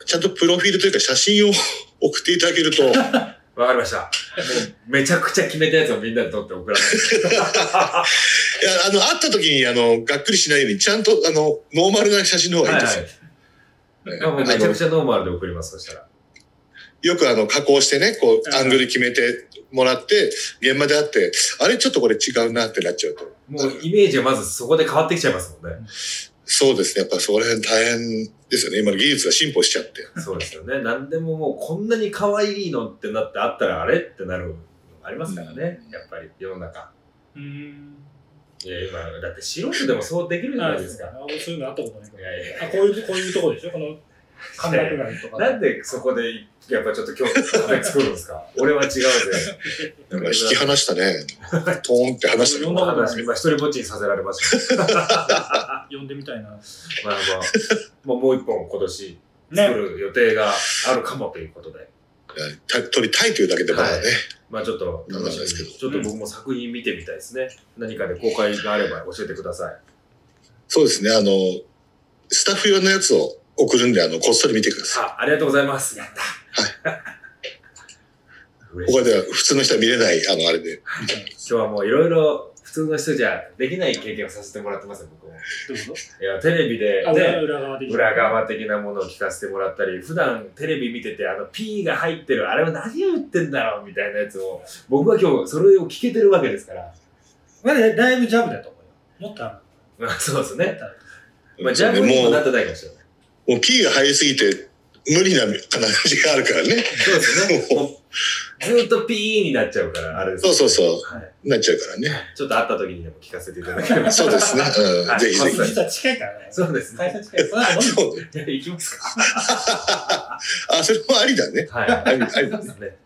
Speaker 4: ちゃんとプロフィールというか写真を 送っていただけると、
Speaker 2: わかりました。もうめちゃくちゃ決めたやつをみんなで取って送らないと。
Speaker 4: いや、あの、会った時に、あの、がっくりしないように、ちゃんと、あの、ノーマルな写真の方がいいですよ。ね
Speaker 2: はいはい。めちゃく
Speaker 4: あ
Speaker 2: ちゃノーマルで送ります、そしたら。
Speaker 4: のよくあの、加工してね、こ
Speaker 3: うん
Speaker 4: う、アングル決めてもらって、現場で会って、あれちょっとこれ違うなってなっちゃうと。
Speaker 2: もうイメージはまずそこで変わってきちゃいますもんね。
Speaker 4: そうですね。やっぱそこら辺大変ですよね。今の技術が進歩しちゃって。
Speaker 2: そうですよね。何でももうこんなに可愛いのってなってあったらあれってなるのありますからね。やっぱり世の中。
Speaker 3: うーん。
Speaker 2: いや、今、だって素人でもそうできるじゃないですか。
Speaker 3: あ俺そういうのあったことないか
Speaker 2: いやいや
Speaker 3: ら。あ、こういう、こういうとこでしょ この、歓楽街とか。
Speaker 2: なんでそこで、やっぱちょっと今日、作るんです か俺は違うぜ。
Speaker 4: なんか引き離したね。トーンって話した
Speaker 3: そ
Speaker 4: ね
Speaker 3: んなことない
Speaker 2: 話、今一人ぼっちにさせられま した、ね。
Speaker 3: 呼んでみたいな。
Speaker 2: まあまあ、もうもう一本今年作る予定があるかもということで、
Speaker 4: た撮りたいというだけでまだね、
Speaker 2: まあちょっと楽しみ
Speaker 4: なん
Speaker 2: に
Speaker 4: です
Speaker 2: ちょっと僕も作品見てみたいですね。何かで公開があれば教えてください。
Speaker 4: そうですね、あの、スタッフ用のやつを送るんで、あの、こっそり見てください。
Speaker 2: あ、ありがとうございます。やった。 嬉しい
Speaker 4: 他では普通の人は見れない、あの、あれで。
Speaker 2: 今日はもういろいろ普通の人じゃできない経験をさせてもらってますよ、僕も。
Speaker 3: どういうこ
Speaker 2: いや、テレビで
Speaker 3: とあ裏
Speaker 2: ね、
Speaker 3: 裏側で
Speaker 2: 裏側的なものを聞かせてもらったり、普段テレビ見てて、あの、P が入ってる、あれは何を言ってんだろうみたいなやつを、僕は今日それを聞けてるわけですから。
Speaker 3: まあねだいぶジャブだと思うよ。もっとあ
Speaker 2: まあそうです
Speaker 3: る。も
Speaker 2: ね
Speaker 3: っ。とある
Speaker 2: まあ、ジャブにも
Speaker 4: もう、
Speaker 2: なってないかもしれない。
Speaker 4: もう P が入りすぎて、無理な感じがあるから
Speaker 2: そう
Speaker 4: ね。
Speaker 2: ですね。もうずっと P になっちゃうから、あれです、。
Speaker 4: そうそうそう
Speaker 2: はい。
Speaker 4: なっちゃうからね。
Speaker 2: ちょっと会った時にでも聞かせていただければ。
Speaker 4: そう ですね。
Speaker 2: は
Speaker 4: う
Speaker 2: い
Speaker 4: ん、ぜひぜひ。
Speaker 2: そう
Speaker 3: 実は近いからね。
Speaker 2: そうです
Speaker 3: 会
Speaker 2: ね。
Speaker 3: 社近い。この後飲
Speaker 4: そうね。
Speaker 2: 行きますか。
Speaker 4: あ、それもありだね。
Speaker 2: はい。
Speaker 4: あり、あり
Speaker 2: そうですね。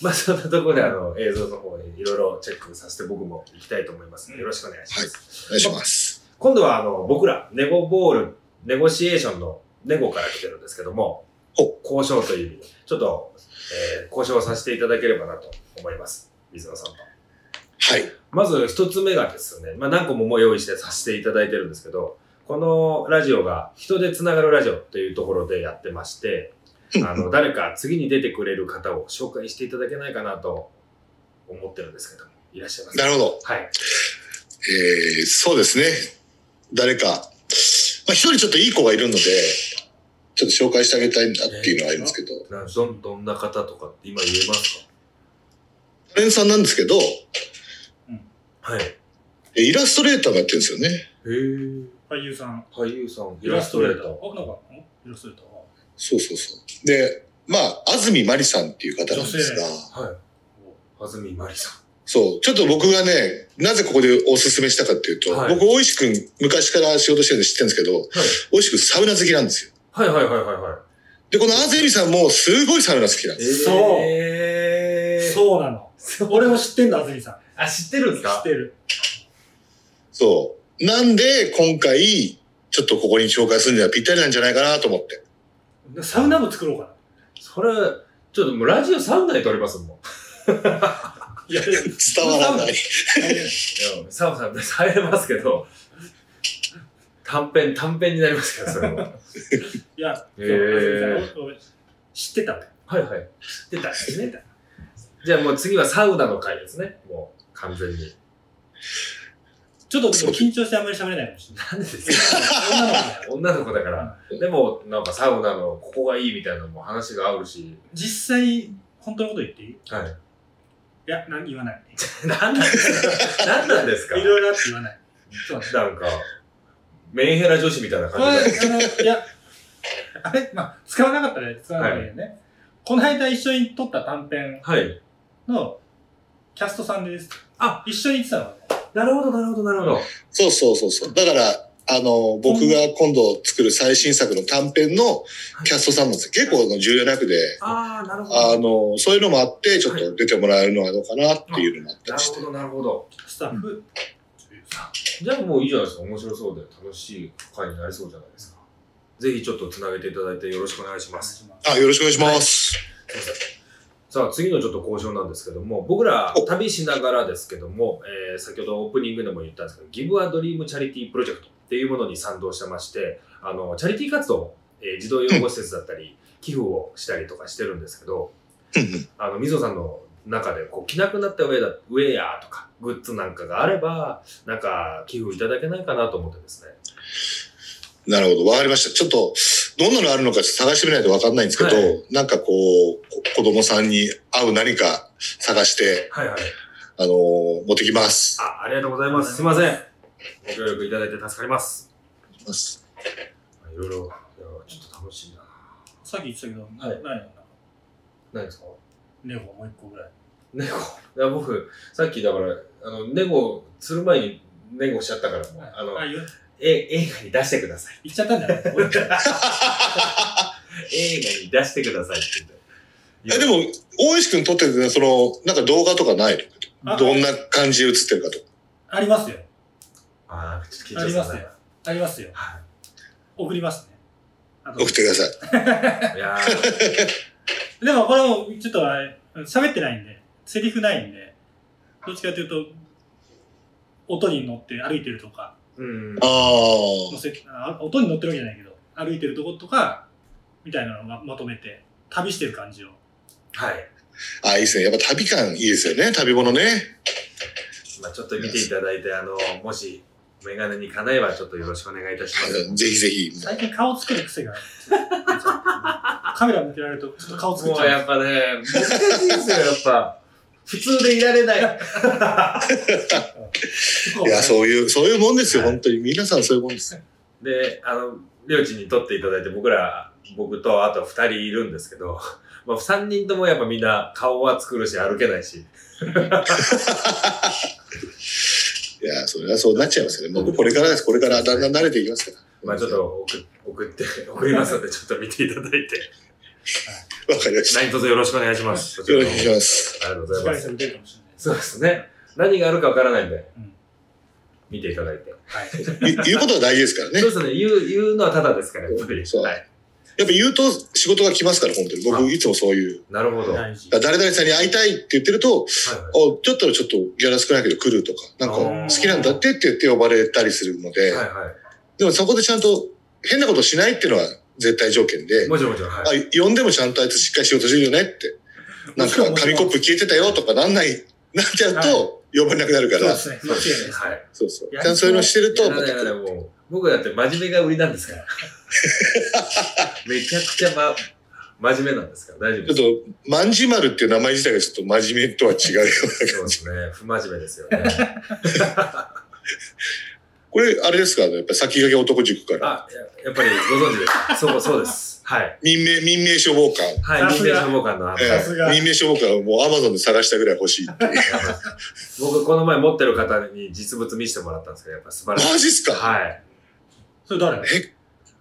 Speaker 2: まあそんなところであの映像の方にいろいろチェックさせて僕も行きたいと思いますのでよろしくお願いします。
Speaker 4: お願いします。
Speaker 2: 今度はあの僕らネゴボールネゴシエーションのネゴから来てるんですけども
Speaker 4: お
Speaker 2: 交渉という意味でちょっと、えー交渉させていただければなと思います水野さんと。
Speaker 4: はい。
Speaker 2: まず一つ目がですね、まあ、何個ももう用意してさせていただいてるんですけど、このラジオが人でつながるラジオというところでやってまして、あの、誰か次に出てくれる方を紹介していただけないかなと思ってるんですけども、いらっしゃいます
Speaker 4: なるほど。
Speaker 2: はい。
Speaker 4: えー、そうですね。誰か。まあ、一人ちょっといい子がいるので、ちょっと紹介してあげたいなっていうのはありますけど、
Speaker 2: などん、どんな方とかって今言えます
Speaker 4: タレントさんなんですけど、
Speaker 2: かはい。へ
Speaker 4: イラストレーターがやってるんですよね。
Speaker 2: え。
Speaker 3: む俳優さん、
Speaker 2: 俳優さん、
Speaker 3: イラストレーター。あ、なんか、んイラストレーター。
Speaker 4: そうそうそう。で、まあ、安住まりさんっていう方なんですが、
Speaker 2: はい。安住まりさ
Speaker 4: そう、ちょっと僕がね、なぜここでおすすめしたかっていうと、
Speaker 2: はい
Speaker 4: 僕、大石くん、昔から仕事してるんで知ってるんですけど、大石くんサウナ好きなんですよ。
Speaker 2: ん。はいはいはいはいは
Speaker 4: で、この安住さんもすごいサウナ好きなん
Speaker 2: い。
Speaker 4: です。
Speaker 3: そう
Speaker 2: えー、う。
Speaker 3: そうなの。俺も知ってんだ、安住さん。
Speaker 2: あ、知ってるんです
Speaker 3: 知
Speaker 2: か
Speaker 3: ってる。
Speaker 4: そう。なんで、今回、ちょっとここに紹介するにはぴったりなんじゃないかなと思って。
Speaker 3: サウナ部作ろうかな。
Speaker 2: それ、ちょっともうラジオ3台撮りますもん。
Speaker 3: いや、
Speaker 4: 伝 わらない。
Speaker 2: いや、サムさん、入れますけど、短編、短編になりますけど、それも。
Speaker 3: いや、
Speaker 2: へー
Speaker 3: そう安住さん俺知ってたの。
Speaker 2: はいはい。出た、出た。じゃあもう次はサウナの回ですね。もう、完全に。
Speaker 3: ちょっとでも緊張してあんまり喋れないかもしれない。
Speaker 2: なんでですか
Speaker 3: 女
Speaker 2: 女の
Speaker 3: の子だよ
Speaker 2: 子だから。でも、なんかサウナのここがいいみたいなのも話が合うし。
Speaker 3: 実際、本当のこと言っていいい
Speaker 2: はい。
Speaker 3: や、なん言わない。
Speaker 2: なんなんですかなんなんですか
Speaker 3: いろいろあって言わない。そう
Speaker 2: なんか、メンヘラ女子みたいな
Speaker 3: こ
Speaker 2: 感
Speaker 3: れ、
Speaker 2: じ
Speaker 3: あ
Speaker 2: だ
Speaker 3: の、いや、あれまあ、使わなかったら使わないよね。この間一緒に撮った短編
Speaker 2: はい。
Speaker 3: のキャストさんです。
Speaker 2: あ、
Speaker 3: 一緒に行ってたのね。
Speaker 2: なるほど、なるほど、なるほど。
Speaker 4: そうそうそうそう。だから、あの、僕が今度作る最新作の短編のキャストさんなんですよ。結構あの重要な役で、
Speaker 2: ああ、なるほ
Speaker 4: あ
Speaker 2: ど。
Speaker 4: の、そういうのもあって、ちょっと出てもらえるのはどうかなっていうのもあった
Speaker 2: なる
Speaker 4: りして
Speaker 2: ほ。ど、なるほど。
Speaker 3: スタッフ、女優さん
Speaker 2: じゃあもういいじゃないですか。面白そうで楽しい会になりそうじゃないですか。ぜひちょっとつなげていただいてよろしくお願いし
Speaker 3: お
Speaker 2: ま
Speaker 3: 願い
Speaker 2: す。
Speaker 3: します。
Speaker 4: あ、よろしくお願いします。
Speaker 2: さあ次のちょっと交渉なんですけども、僕ら旅しながらですけども、えー先ほどオープニングでも言ったんですけど、ギブアドリームチャリティープロジェクトっていうものに賛同してまして、あの、チャリティー活動、えー児童養護施設だったり、寄付をしたりとかしてるんですけど、
Speaker 4: うんうん
Speaker 2: あの、水野さんの中で、こう、着なくなったウェアだウェアとか、グッズなんかがあれば、なんか、寄付いただけないかなと思ってですね。
Speaker 4: なるほど。わかりました。ちょっと、どんなのあるのか探してみないとわかんないんですけど、
Speaker 2: はい
Speaker 4: なんかこう、こ子供さんに合う何か探して、
Speaker 2: はいはい。
Speaker 4: あの持ってきます。
Speaker 2: あ、ありがとうございます。すいません。ご協力いただいて助かります。いろいろ、いやちょっと楽しいな。
Speaker 3: さっき言ってたけど、な
Speaker 2: はい
Speaker 3: ないの
Speaker 2: 何ですか
Speaker 3: ネゴもう一個ぐらい。
Speaker 2: 猫。いや、僕、さっきだから、あの、猫、する前に猫しちゃったから、もう、あの、
Speaker 3: あ、言う
Speaker 2: え、映画に出してください。
Speaker 3: 言っちゃったんじゃないもう一個
Speaker 2: 映画に出してくださいって言って。
Speaker 4: え、でも、大石くん撮っててね、その、なんか動画とかない
Speaker 3: あ
Speaker 4: のどんな感じで映ってるかとか。
Speaker 3: ありますよ。
Speaker 2: あー、ちょっと緊張
Speaker 3: あり
Speaker 2: しま
Speaker 3: ますす
Speaker 2: ね
Speaker 3: よ。。ありますよ。
Speaker 2: はい。
Speaker 3: 送りますね。あと
Speaker 4: 送ってください。
Speaker 2: いやー
Speaker 3: でもこれもちょっとあれ喋ってないんで、セリフないんで、どっちかというと、音に乗って歩いてるとか、
Speaker 2: うん。
Speaker 4: あ
Speaker 3: 乗
Speaker 4: あ。
Speaker 3: せあ音に乗ってるわけじゃないけど、歩いてるとことか、みたいなのがまとめて、旅してる感じを。
Speaker 2: はい。
Speaker 4: ああ、いいですね。やっぱ旅感いいですよね。旅物ね。
Speaker 2: まあちょっと見ていただいて、あの、もし、メガネに叶えばちょっとよろしくお願いいたします。
Speaker 4: ぜひぜひ。
Speaker 3: 最近顔作る癖がある。カメラ向けられると、ちょっと顔作っ
Speaker 2: も
Speaker 3: ち
Speaker 2: う
Speaker 3: ゃ
Speaker 2: や
Speaker 3: う。
Speaker 2: っぱね、難しいですよ、やっぱ。普通でいられない。
Speaker 4: いや、
Speaker 3: う。
Speaker 4: そういう、そういうもんですよ。
Speaker 2: はい
Speaker 4: 本当に。皆さんそういうもんです。
Speaker 2: で、あの、りょうちんに撮っていただいて、僕ら、僕とあと二人いるんですけど、 まあ、三人ともやっぱみんな顔は作るし、歩けないし。
Speaker 4: いや、それはそうなっちゃいますよね。僕これからです。これからだんだん慣れていきますから。
Speaker 2: まあちょっと送送って、 送りますので、ちょっと見ていただいて。
Speaker 4: わかりました。
Speaker 2: 何卒よろしくお願いします。よ
Speaker 4: よろしくお願いします。
Speaker 2: ありがとうござい
Speaker 3: 光
Speaker 2: ます。
Speaker 3: さん出るかもしれないです。
Speaker 2: そうですね。何があるかわからないんで
Speaker 3: うん、
Speaker 2: 見ていただいて。
Speaker 3: はい。
Speaker 4: 言う言うことは大事ですからね
Speaker 2: そう。ですね。言う、言うのはただですから、やっぱり。
Speaker 4: そう
Speaker 2: はい。
Speaker 4: やっぱ言うと仕事が来ますから、本当に。
Speaker 2: あ
Speaker 4: 僕いつもそういう。
Speaker 2: なるほど。はいはい
Speaker 3: 大事。
Speaker 4: 誰々さんに会いたいって言ってると、あ、ちょっとちょっとギャラ少ないけど来るとか、なんか
Speaker 2: あ
Speaker 4: 好
Speaker 2: ー
Speaker 4: きなんだってって言って呼ばれたりするので、
Speaker 2: はいは
Speaker 4: でもそこでちゃんと変なことしないっていうのは絶対条件で
Speaker 2: い。、もちろんもちろん。はい。
Speaker 4: あ、呼んでもちゃんとあいつしっかり仕事してるよねって。なんか
Speaker 3: もちろ
Speaker 4: 紙
Speaker 3: ん
Speaker 4: コップ消えてたよとかなんない、なっちゃうと呼ばれなくなるか
Speaker 3: そう
Speaker 4: ら
Speaker 3: で、すね。間
Speaker 2: そう
Speaker 3: 違
Speaker 2: で
Speaker 3: いないですす。
Speaker 2: はい。
Speaker 4: そうそう。ち
Speaker 3: や
Speaker 4: ゃんとそういうのしてる
Speaker 2: いや
Speaker 4: と、
Speaker 2: だから
Speaker 4: ま
Speaker 2: もう、僕だって真面目が売りなんですから。めちゃくちゃ、ま、真面目なんですから、大丈夫
Speaker 4: た
Speaker 2: で
Speaker 4: ちょっと、まんじ丸っていう名前自体がちょっと真面目とは違うよう
Speaker 2: す。
Speaker 4: な
Speaker 2: そう
Speaker 4: 感
Speaker 2: で
Speaker 4: じ。
Speaker 2: すね。不真面目ですよね。
Speaker 4: これ、あれですかやっぱ先駆け男塾か
Speaker 2: あ、
Speaker 4: ら。
Speaker 2: ややっぱりご存知ですかそう、そうです。はい。
Speaker 4: 民命、民命消防官。
Speaker 2: はい。
Speaker 3: さ
Speaker 2: 民
Speaker 3: す
Speaker 2: 命
Speaker 3: が
Speaker 2: 消防官のあの、
Speaker 4: え
Speaker 3: さすが
Speaker 4: え民命消防官はもうアマゾンで探したぐらい欲しい っていう。
Speaker 2: 僕、この前持ってる方に実物見せてもらったんですけど、やっぱ素晴
Speaker 4: マ
Speaker 2: らしい。
Speaker 4: ジっすか
Speaker 2: はい。
Speaker 3: それ誰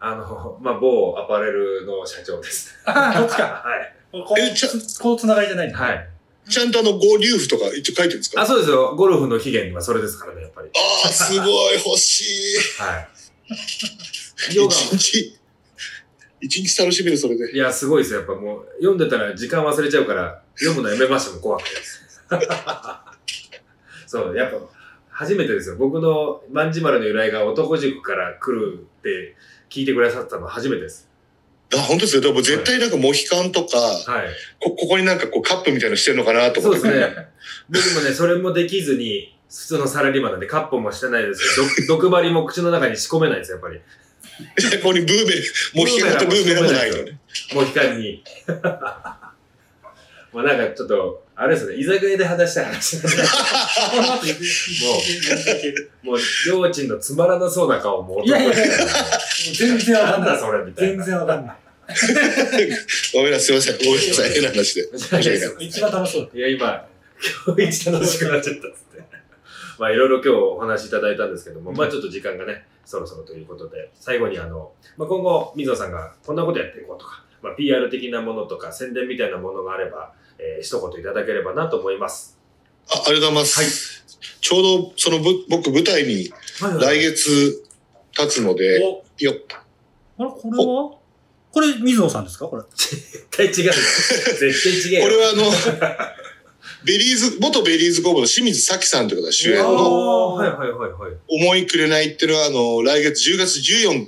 Speaker 2: あの、まあ、某アパレルの社長です。
Speaker 3: あー、どっちか。
Speaker 2: はい。
Speaker 3: ここ
Speaker 4: えちょ
Speaker 3: こうつながりじゃないんだ。
Speaker 2: はい。
Speaker 4: ちゃんとあの、合流譜とか一応書いてるんですか
Speaker 2: あ、
Speaker 4: あ
Speaker 2: そうですよ。ゴルフの起源はそれですからね、やっぱり。
Speaker 4: あー、すごい、欲しい。
Speaker 2: はい。
Speaker 4: 一
Speaker 2: ヨガ
Speaker 4: 日、一日楽しめる、それで。
Speaker 2: いや、すごいですよ。やっぱもう、読んでたら時間忘れちゃうから、読むのやめましたもん、怖くて。 そう、やっぱ、初めてですよ。僕の万事丸の由来が男塾から来るって聞いてくださったの初めてです。
Speaker 4: あ、本当ですよ。でも絶対なんかモヒカンとか、
Speaker 2: はい。
Speaker 4: こ、ここになんかこうカップみたいのしてるのかなと
Speaker 2: そ
Speaker 4: 思
Speaker 2: う
Speaker 4: っ
Speaker 2: で
Speaker 4: て。
Speaker 2: すね。僕もね、それもできずに、普通のサラリーマンなんで、カッポもしてないですし、ど毒針も口の中に仕込めないですよ、やっぱり。
Speaker 4: ここにブーメラン、モヒカンとブーメランもないのね。
Speaker 2: もう光に。 まあなんかちょっと、あれですね、居酒屋で話したい話。
Speaker 3: あこの後行く行ける
Speaker 2: もう、りょうちんのつまらなそうな顔も男
Speaker 3: いやいやいや全然わ
Speaker 2: な
Speaker 3: か
Speaker 2: ん
Speaker 3: ん
Speaker 2: だ
Speaker 3: ない。
Speaker 2: それみたい
Speaker 3: 全
Speaker 2: な。
Speaker 3: 然わかんな
Speaker 4: ごめんなさい、すいません。ごめんなさい、変な話で。
Speaker 3: い。一番楽しそう
Speaker 2: いや、今、今日一楽しくなっちゃったっつって。まあ、いろいろ今日お話しいただいたんですけども、まあちょっと時間がね、そろそろということで、最後にあの、まあ今後、水野さんがこんなことやっていこうとか、まあ PR 的なものとか宣伝みたいなものがあれば、えー、一言いただければなと思います。
Speaker 4: あありがとうございます。
Speaker 2: はい
Speaker 4: ちょうど、そのぶ、僕、舞台に来月立つので、
Speaker 3: お
Speaker 4: よ
Speaker 3: あれこれはこれ、水野さんですかこれ。
Speaker 2: 絶対違うよ。絶対違
Speaker 4: こ
Speaker 2: う
Speaker 4: れ
Speaker 2: よ。
Speaker 4: はあの、 ベリーズ、元ベリーズ工房の清水咲さんという方が主演の、
Speaker 2: おーはいはいはいはい。
Speaker 4: 思いくれないっていうのは、あの、来月10月14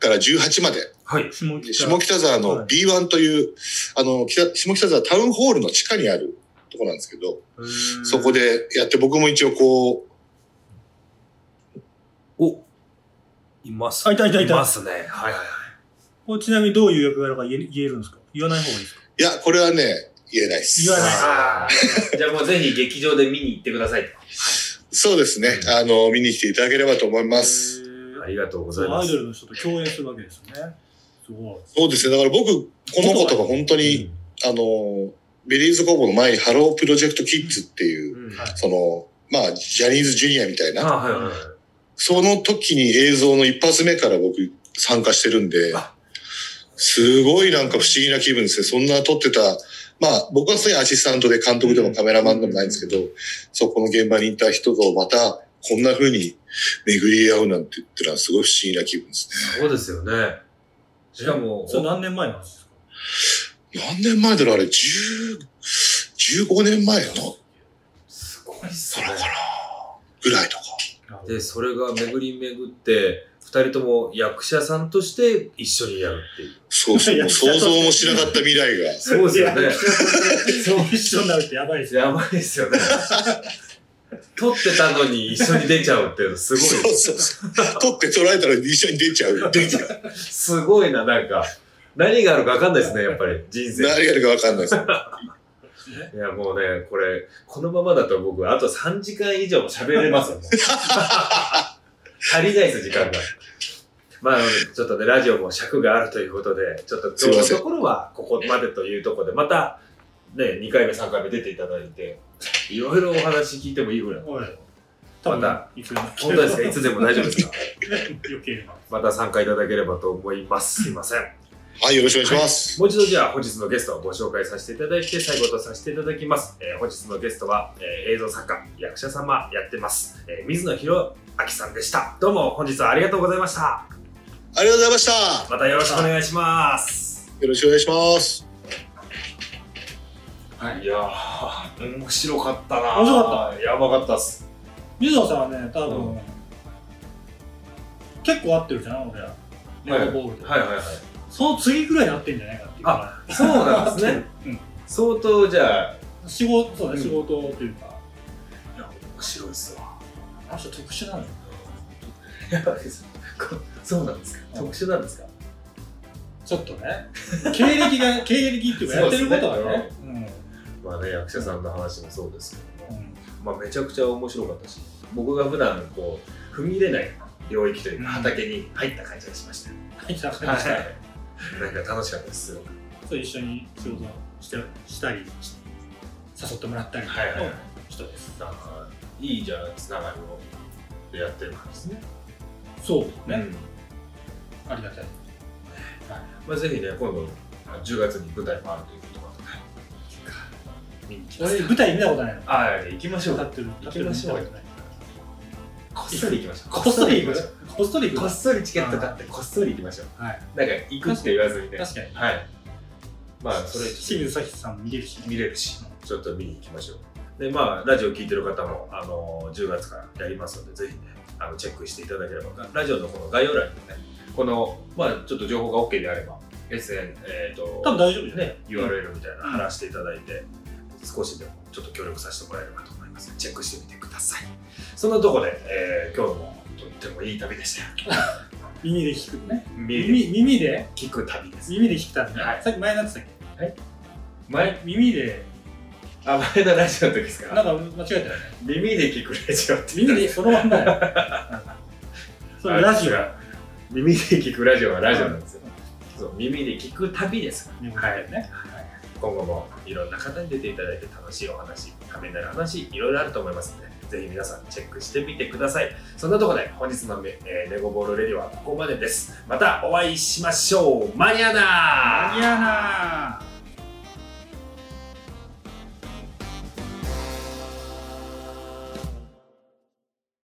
Speaker 4: から18まで、
Speaker 2: はい。
Speaker 3: 下北
Speaker 4: 下北沢
Speaker 3: は
Speaker 4: の
Speaker 3: い
Speaker 4: B1 という、あの、北下北沢タウンホールの地下にあるところなんですけど、そこでやって、僕も一応こう、
Speaker 2: お、います。
Speaker 3: あいたいたいた
Speaker 2: ますね。はいはいはい。
Speaker 3: これちなみにどういう役柄か言え言えるんですか言わない方がいいですか
Speaker 4: いや、これはね、言えないです。
Speaker 3: 言わない
Speaker 2: あーじゃあもうぜひ劇場で見に行ってくださいと。
Speaker 4: そうですね。あの、見に来ていただければと思います。
Speaker 2: あ
Speaker 3: へー
Speaker 2: りがとうござい
Speaker 3: そう
Speaker 2: ま
Speaker 3: アイ
Speaker 2: す。
Speaker 3: ドルの人と共演するわけですよね。すごい。
Speaker 4: そうですね。だから僕、この子とか本当に、あの、ベリーズ工房の前にハロープロジェクトキッズっていう、
Speaker 2: うんうん
Speaker 3: はい
Speaker 4: その、まあ、ジャニーズジュニアみたい
Speaker 2: あ
Speaker 4: な、
Speaker 2: はいはいはい。
Speaker 4: その時に映像の一発目から僕参加してるんで
Speaker 2: あ、
Speaker 4: すごいなんか不思議な気分ですね。そんな撮ってた、まあ、僕はそういうアシスタントで監督でもカメラマンでもないんですけど、そこの現場にいた人とまた、こんな風に巡り合うなんて言ったらすごい不思議な気分ですね。
Speaker 2: そうですよね。しかも、
Speaker 3: それ何年前の話ですか
Speaker 4: 何年前だろうあれ、10、15年前の
Speaker 2: すごいっす
Speaker 4: そ
Speaker 2: ね
Speaker 4: らかなぐらいとか。
Speaker 2: で、それが巡り巡って、二人とも役者さんとして一緒にやるっていう。
Speaker 4: そうそ、
Speaker 3: いうや
Speaker 4: もう想像もしなかった未来が。
Speaker 2: そうですよね。
Speaker 3: そう一緒になるってやばいですよ。
Speaker 2: やばいですよね。撮ってたのに一緒に出ちゃうっていうのすごい。
Speaker 4: そうそうそう。撮って捉えたら一緒に出ちゃう。出ちゃう。
Speaker 2: すごいな、なんか。何があるか分かんないですね、やっぱり。人生。
Speaker 4: 何やるかわかんないです。
Speaker 2: いや、もうね、これ、このままだと僕、あと3時間以上も喋れますよ、もう足りないです、時間が。まあ、あのちょっとね、ラジオも尺があるということで、ちょっと今日のところは、ここまでというところで、また、ね、2回目、3回目出ていただいて、いろいろお話聞いてもいいぐらい。
Speaker 3: おい。多分
Speaker 2: ま
Speaker 3: いつでも。
Speaker 2: 本当です かいつでも大丈夫ですか
Speaker 3: よければ。
Speaker 2: また参加いただければと思います。すいません。
Speaker 4: はい、よろしくお願いします。
Speaker 2: もう一度じゃあ本日のゲストをご紹介させていただいて最後とさせていただきます、えー本日のゲストは、えー映像作家役者様やってます、えー水野博明さんでしたどうも本日はありがとうございました
Speaker 4: ありがとうございました。
Speaker 2: またよろしくお願いします
Speaker 4: よろしくお願いします。
Speaker 2: いやー面白かったな
Speaker 3: 面白か
Speaker 2: ったやばかったっす
Speaker 3: 水野さんはね、多
Speaker 2: う
Speaker 3: 分、結構合ってるじゃん、俺ら。レゴボールで。
Speaker 2: はいはいはい
Speaker 3: その次ぐらいに合ってんじゃないかっていうか。
Speaker 2: そうなんです ね相当じゃあ
Speaker 3: 仕事、そうね、
Speaker 2: うん
Speaker 3: 仕事というか。
Speaker 2: いや面白いっすわ
Speaker 3: あの人特殊なのよ。
Speaker 2: やばいですこ そうなんですか特殊なんですか
Speaker 3: ちょっとね。経歴 が、経歴っていうか、やってることはね。
Speaker 2: まあね役者さんの話もそうですけども、
Speaker 3: うんうん
Speaker 2: まあ、めちゃくちゃ面白かったし僕が普段こう踏み入れない領域というか
Speaker 3: うん
Speaker 2: 畑に入った感じがしました、
Speaker 3: はい、じゃあ、
Speaker 2: なんか楽しかったですすごく
Speaker 3: そう一緒に仕事してしたりし誘ってもらったりの
Speaker 2: はいはいはい
Speaker 3: 人です、
Speaker 2: なんかいいじゃあつながりをやってる感じですね
Speaker 3: そうね、
Speaker 2: うん
Speaker 3: ありがたい
Speaker 2: まあ、ぜひね今度10月に舞台もあるということなので見に来ま
Speaker 3: 俺
Speaker 2: す
Speaker 3: 舞台見たことないの
Speaker 2: はい行きましょ
Speaker 3: 立っ
Speaker 2: う
Speaker 3: てる立
Speaker 2: 行
Speaker 3: っ
Speaker 2: き
Speaker 3: てる
Speaker 2: ましょ
Speaker 3: 見た
Speaker 2: う
Speaker 3: ことない
Speaker 2: こっそり行きましょう
Speaker 3: こっそり行
Speaker 2: こっそり行きましょ
Speaker 3: くこっそり
Speaker 2: う
Speaker 3: 行
Speaker 2: こ
Speaker 3: く
Speaker 2: っそりチケット買ってこっそり行きましょう
Speaker 3: はい
Speaker 2: なんか行くって言わずにね
Speaker 3: 確かに
Speaker 2: はいまあそれ
Speaker 3: 清水咲さんも見れるし
Speaker 2: 見れるし、ちょっと見に行きましょう。で、まあ、ラジオ聞いてる方も、あの、10月からやりますので、ぜひね、あの、チェックしていただければ、ラジオのこの概要欄にもね、この、まあ、ちょっと情報が OK であれば、SN、えっ、と、
Speaker 3: 多分大丈夫じゃない
Speaker 2: ね、URL みたいなの貼らせていただいて、少しでもちょっと協力させてもらえればと思います。チェックしてみてください。そんなとこで、えー今日もとってもいい旅でしたよ。
Speaker 3: 耳で聞くね
Speaker 2: 耳で
Speaker 3: 耳耳で
Speaker 2: 聞く旅です。
Speaker 3: 耳で聞くために、
Speaker 2: はい
Speaker 3: さっき前なんつったっけ
Speaker 2: はい前、
Speaker 3: 耳で
Speaker 2: あ、前のラジオの時です
Speaker 3: なん
Speaker 2: か
Speaker 3: か間違えたよね
Speaker 2: 耳で聞くラジオって言った
Speaker 3: 耳でそのまんま よそれラジオ
Speaker 2: あ違う耳で聞くラジオはラジオなんですよ。そう耳で聞く旅ですから。
Speaker 3: 耳で聞くね
Speaker 2: 今後もいろんな方に出ていただいて楽しいお話、ためになる話、いろいろあると思いますので、ぜひ皆さんチェックしてみてください。そんなところで本日のめ、えーネゴボールレディオはここまでです。またお会いしましょう。マニアナー
Speaker 3: マニアなー